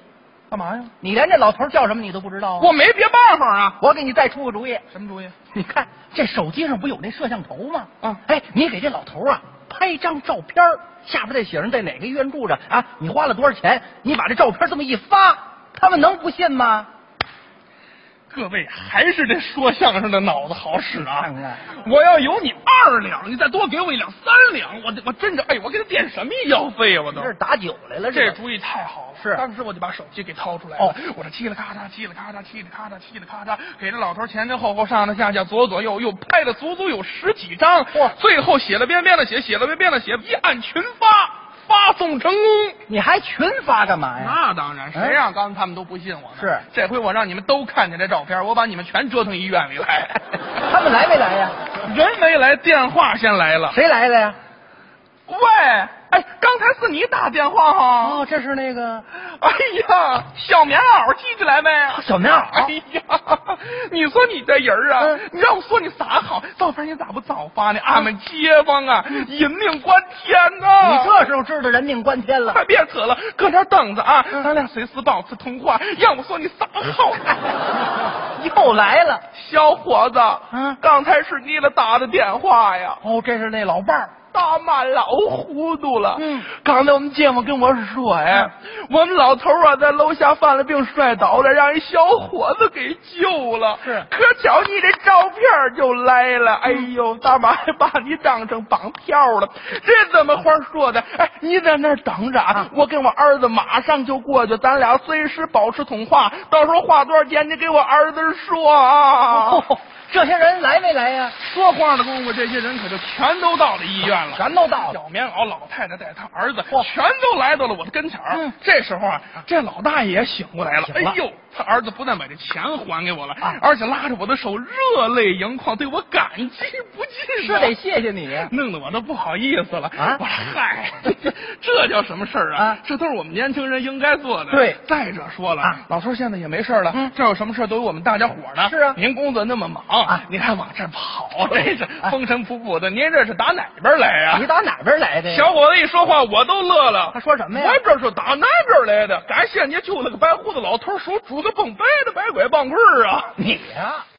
Speaker 7: 干嘛呀？
Speaker 15: 你连这老头叫什么你都不知道啊？
Speaker 7: 我没别办法啊！
Speaker 15: 我给你再出个主意。
Speaker 7: 什么主意？嗯
Speaker 15: 你看这手机上不有那摄像头吗？啊，哎，你给这老头啊拍张照片儿，下边再写上在哪个医院住着啊，你花了多少钱？你把这照片这么一发，他们能不信吗？
Speaker 7: 各位还是这说相声的脑子好使啊！我要有你二两，你再多给我一两三两，我我真着哎，我给他点什么医药费啊呀、我都
Speaker 15: 这是打酒来了，
Speaker 7: 这
Speaker 15: 是吧
Speaker 7: 主意太好了。
Speaker 15: 是
Speaker 7: 当时我就把手机给掏出来了，
Speaker 15: 哦
Speaker 7: 我这嘁哩咔嚓，嘁哩咔嚓，嘁哩咔嚓，嘁哩咔嚓，给这老头前前后后、上上下下、左左右右拍了足足有十几张，最后写了遍遍的写，写了遍遍的写，一按群发，发送成功。
Speaker 15: 你还群发干嘛呀？嗯
Speaker 7: 那当然，谁让刚才他们都不信我呢？
Speaker 15: 是
Speaker 7: 这回我让你们都看见这照片，我把你们全折腾医院里来。
Speaker 15: 他们来没来呀？
Speaker 7: 人没来，电话先来了。
Speaker 15: 谁来了呀？
Speaker 7: 喂，哎，刚才是你打电话哈？哦，
Speaker 15: 这是那个。
Speaker 7: 哎呀，小棉袄记起来没？
Speaker 15: 小棉袄嗯
Speaker 7: 哎呀，你说你这人儿啊，你让我说你啥好？照片你咋不早发呢？俺们街坊啊，
Speaker 15: 嗯
Speaker 7: 人命关天呐、
Speaker 15: 你这时候知道人命关天了。
Speaker 7: 快别扯了，搁那儿等着啊！
Speaker 15: 嗯
Speaker 7: 咱俩随时保持通话。让我说你啥好？
Speaker 15: 又来了，
Speaker 7: 小伙子，嗯，刚才是你了打的电话呀？
Speaker 15: 哦，这是那老伴儿。
Speaker 7: 大妈老糊涂了，嗯，刚才我们街坊跟我说，
Speaker 15: 嗯
Speaker 7: 哎，我们老头儿啊在楼下犯了病摔倒了，让一小伙子给救了。是，可巧你这照片儿就来
Speaker 15: 嗯
Speaker 7: 了，哎呦，大妈还把你当成绑票了，这怎么话说的？哎，你在那儿等着啊，我跟我儿子马上就过去，咱俩随时保持通话，到时候花多少钱你给我儿子说啊。
Speaker 15: 哦这些人来没来呀？
Speaker 7: 说话的功夫，这些人可就全都到了医院了，
Speaker 15: 全都到了
Speaker 7: 小棉袄老太太带她儿子，全都来到了我的跟前儿。这时候啊，这老大爷醒过来了，
Speaker 15: 醒
Speaker 7: 哎
Speaker 15: 了
Speaker 7: 呦，他儿子不但把这钱还给我了，而且拉着我的手热泪盈眶，对我感激不尽。
Speaker 15: 是得谢谢你。
Speaker 7: 弄得我都不好意思了
Speaker 15: 啊
Speaker 7: 我说嗨，这叫什么事儿啊？这都是我们年轻人应该做的。
Speaker 15: 对，
Speaker 7: 再者说了，老头儿现在也没事儿了，这有什么事儿都有我们大家伙儿呢。
Speaker 15: 是啊
Speaker 7: 您工作那么忙，您还往这儿跑，这是风尘仆仆的。您这是打哪边儿来呀、
Speaker 15: 你打哪边来的呀？
Speaker 7: 小伙子一说话，我都乐了。
Speaker 15: 他说什么呀
Speaker 7: 我这是打那边来的，感谢你救了个白胡子老头儿，手拄个蹦白的白拐棒棍儿啊！
Speaker 15: 你呀、